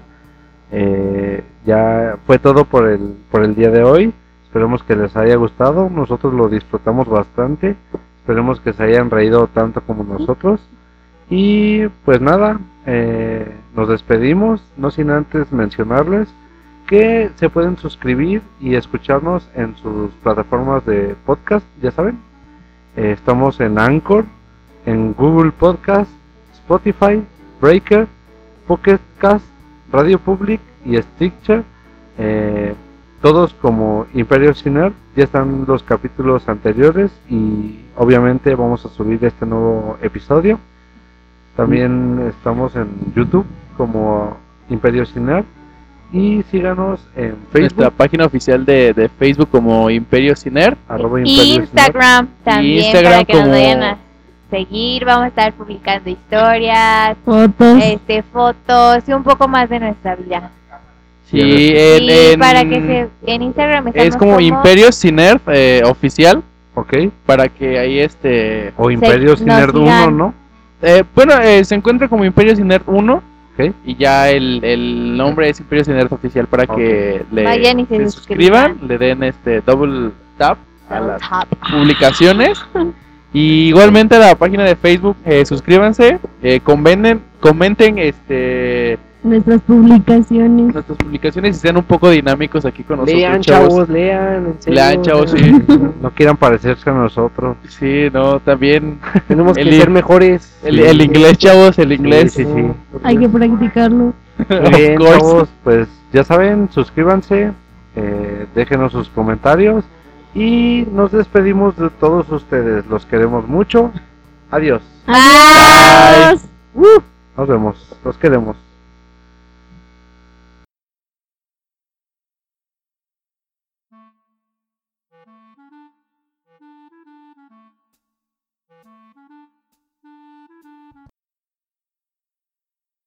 Speaker 1: Eh, ya fue todo por el, por el día de hoy. Esperemos que les haya gustado. Nosotros lo disfrutamos bastante. Esperemos que se hayan reído tanto como nosotros. Y pues nada, eh, nos despedimos, no sin antes mencionarles que se pueden suscribir y escucharnos en sus plataformas de podcast, ya saben. Eh, estamos en Anchor, en Google Podcast, Spotify, Breaker, Pocket Cast, Radio Public y Stitcher. eh, todos como Imperio Ciner. Ya están los capítulos anteriores y obviamente vamos a subir este nuevo episodio. También estamos en YouTube como Imperio Ciner. Y síganos en
Speaker 5: Nuestra
Speaker 1: Facebook,
Speaker 5: página oficial de, de Facebook como Imperio Ciner.
Speaker 1: arroba Imperio Ciner.
Speaker 3: eh, Instagram también para
Speaker 5: Instagram
Speaker 3: que
Speaker 5: como-
Speaker 3: nos vayan a seguir. Vamos a estar publicando historias,
Speaker 2: Fotos.
Speaker 3: este, fotos y un poco más de nuestra vida.
Speaker 5: Sí,
Speaker 1: Y
Speaker 5: en,
Speaker 3: y
Speaker 5: en-
Speaker 3: para que se, en Instagram estamos
Speaker 5: es como, Imperio Ciner eh, oficial
Speaker 1: Ok,
Speaker 5: para que ahí este
Speaker 1: o Imperio
Speaker 3: nos
Speaker 1: Ciner 1,
Speaker 3: sigan.
Speaker 1: ¿no?
Speaker 5: eh, bueno eh, se encuentra como Imperio Ciner 1
Speaker 1: Ok.
Speaker 5: y ya el, el nombre es Imperio Ciner oficial para
Speaker 1: Ok.
Speaker 5: que le
Speaker 3: Vayan y se
Speaker 5: suscriban, le den este double tap a
Speaker 3: Double
Speaker 5: las
Speaker 3: tap.
Speaker 5: publicaciones y igualmente a la página de Facebook eh, suscríbanse eh, convenen- comenten este
Speaker 2: Nuestras publicaciones.
Speaker 5: nuestras publicaciones y sean un poco dinámicos aquí con nosotros
Speaker 6: Lean,
Speaker 5: chavos.
Speaker 6: chavos, lean. en serio,
Speaker 5: Lean, chavos,
Speaker 6: o sea,
Speaker 5: sí.
Speaker 1: No quieran parecerse a nosotros.
Speaker 5: sí no también
Speaker 6: Tenemos que
Speaker 5: El-
Speaker 6: ser mejores.
Speaker 5: El, el inglés, chavos, el inglés.
Speaker 1: Sí, sí, sí.
Speaker 2: Hay que practicarlo.
Speaker 1: Muy bien,
Speaker 5: Of course.
Speaker 1: chavos, pues ya saben, suscríbanse, eh, déjenos sus comentarios y nos despedimos de todos ustedes. Los queremos mucho. Adiós.
Speaker 2: Adiós.
Speaker 1: Nos vemos. Los queremos.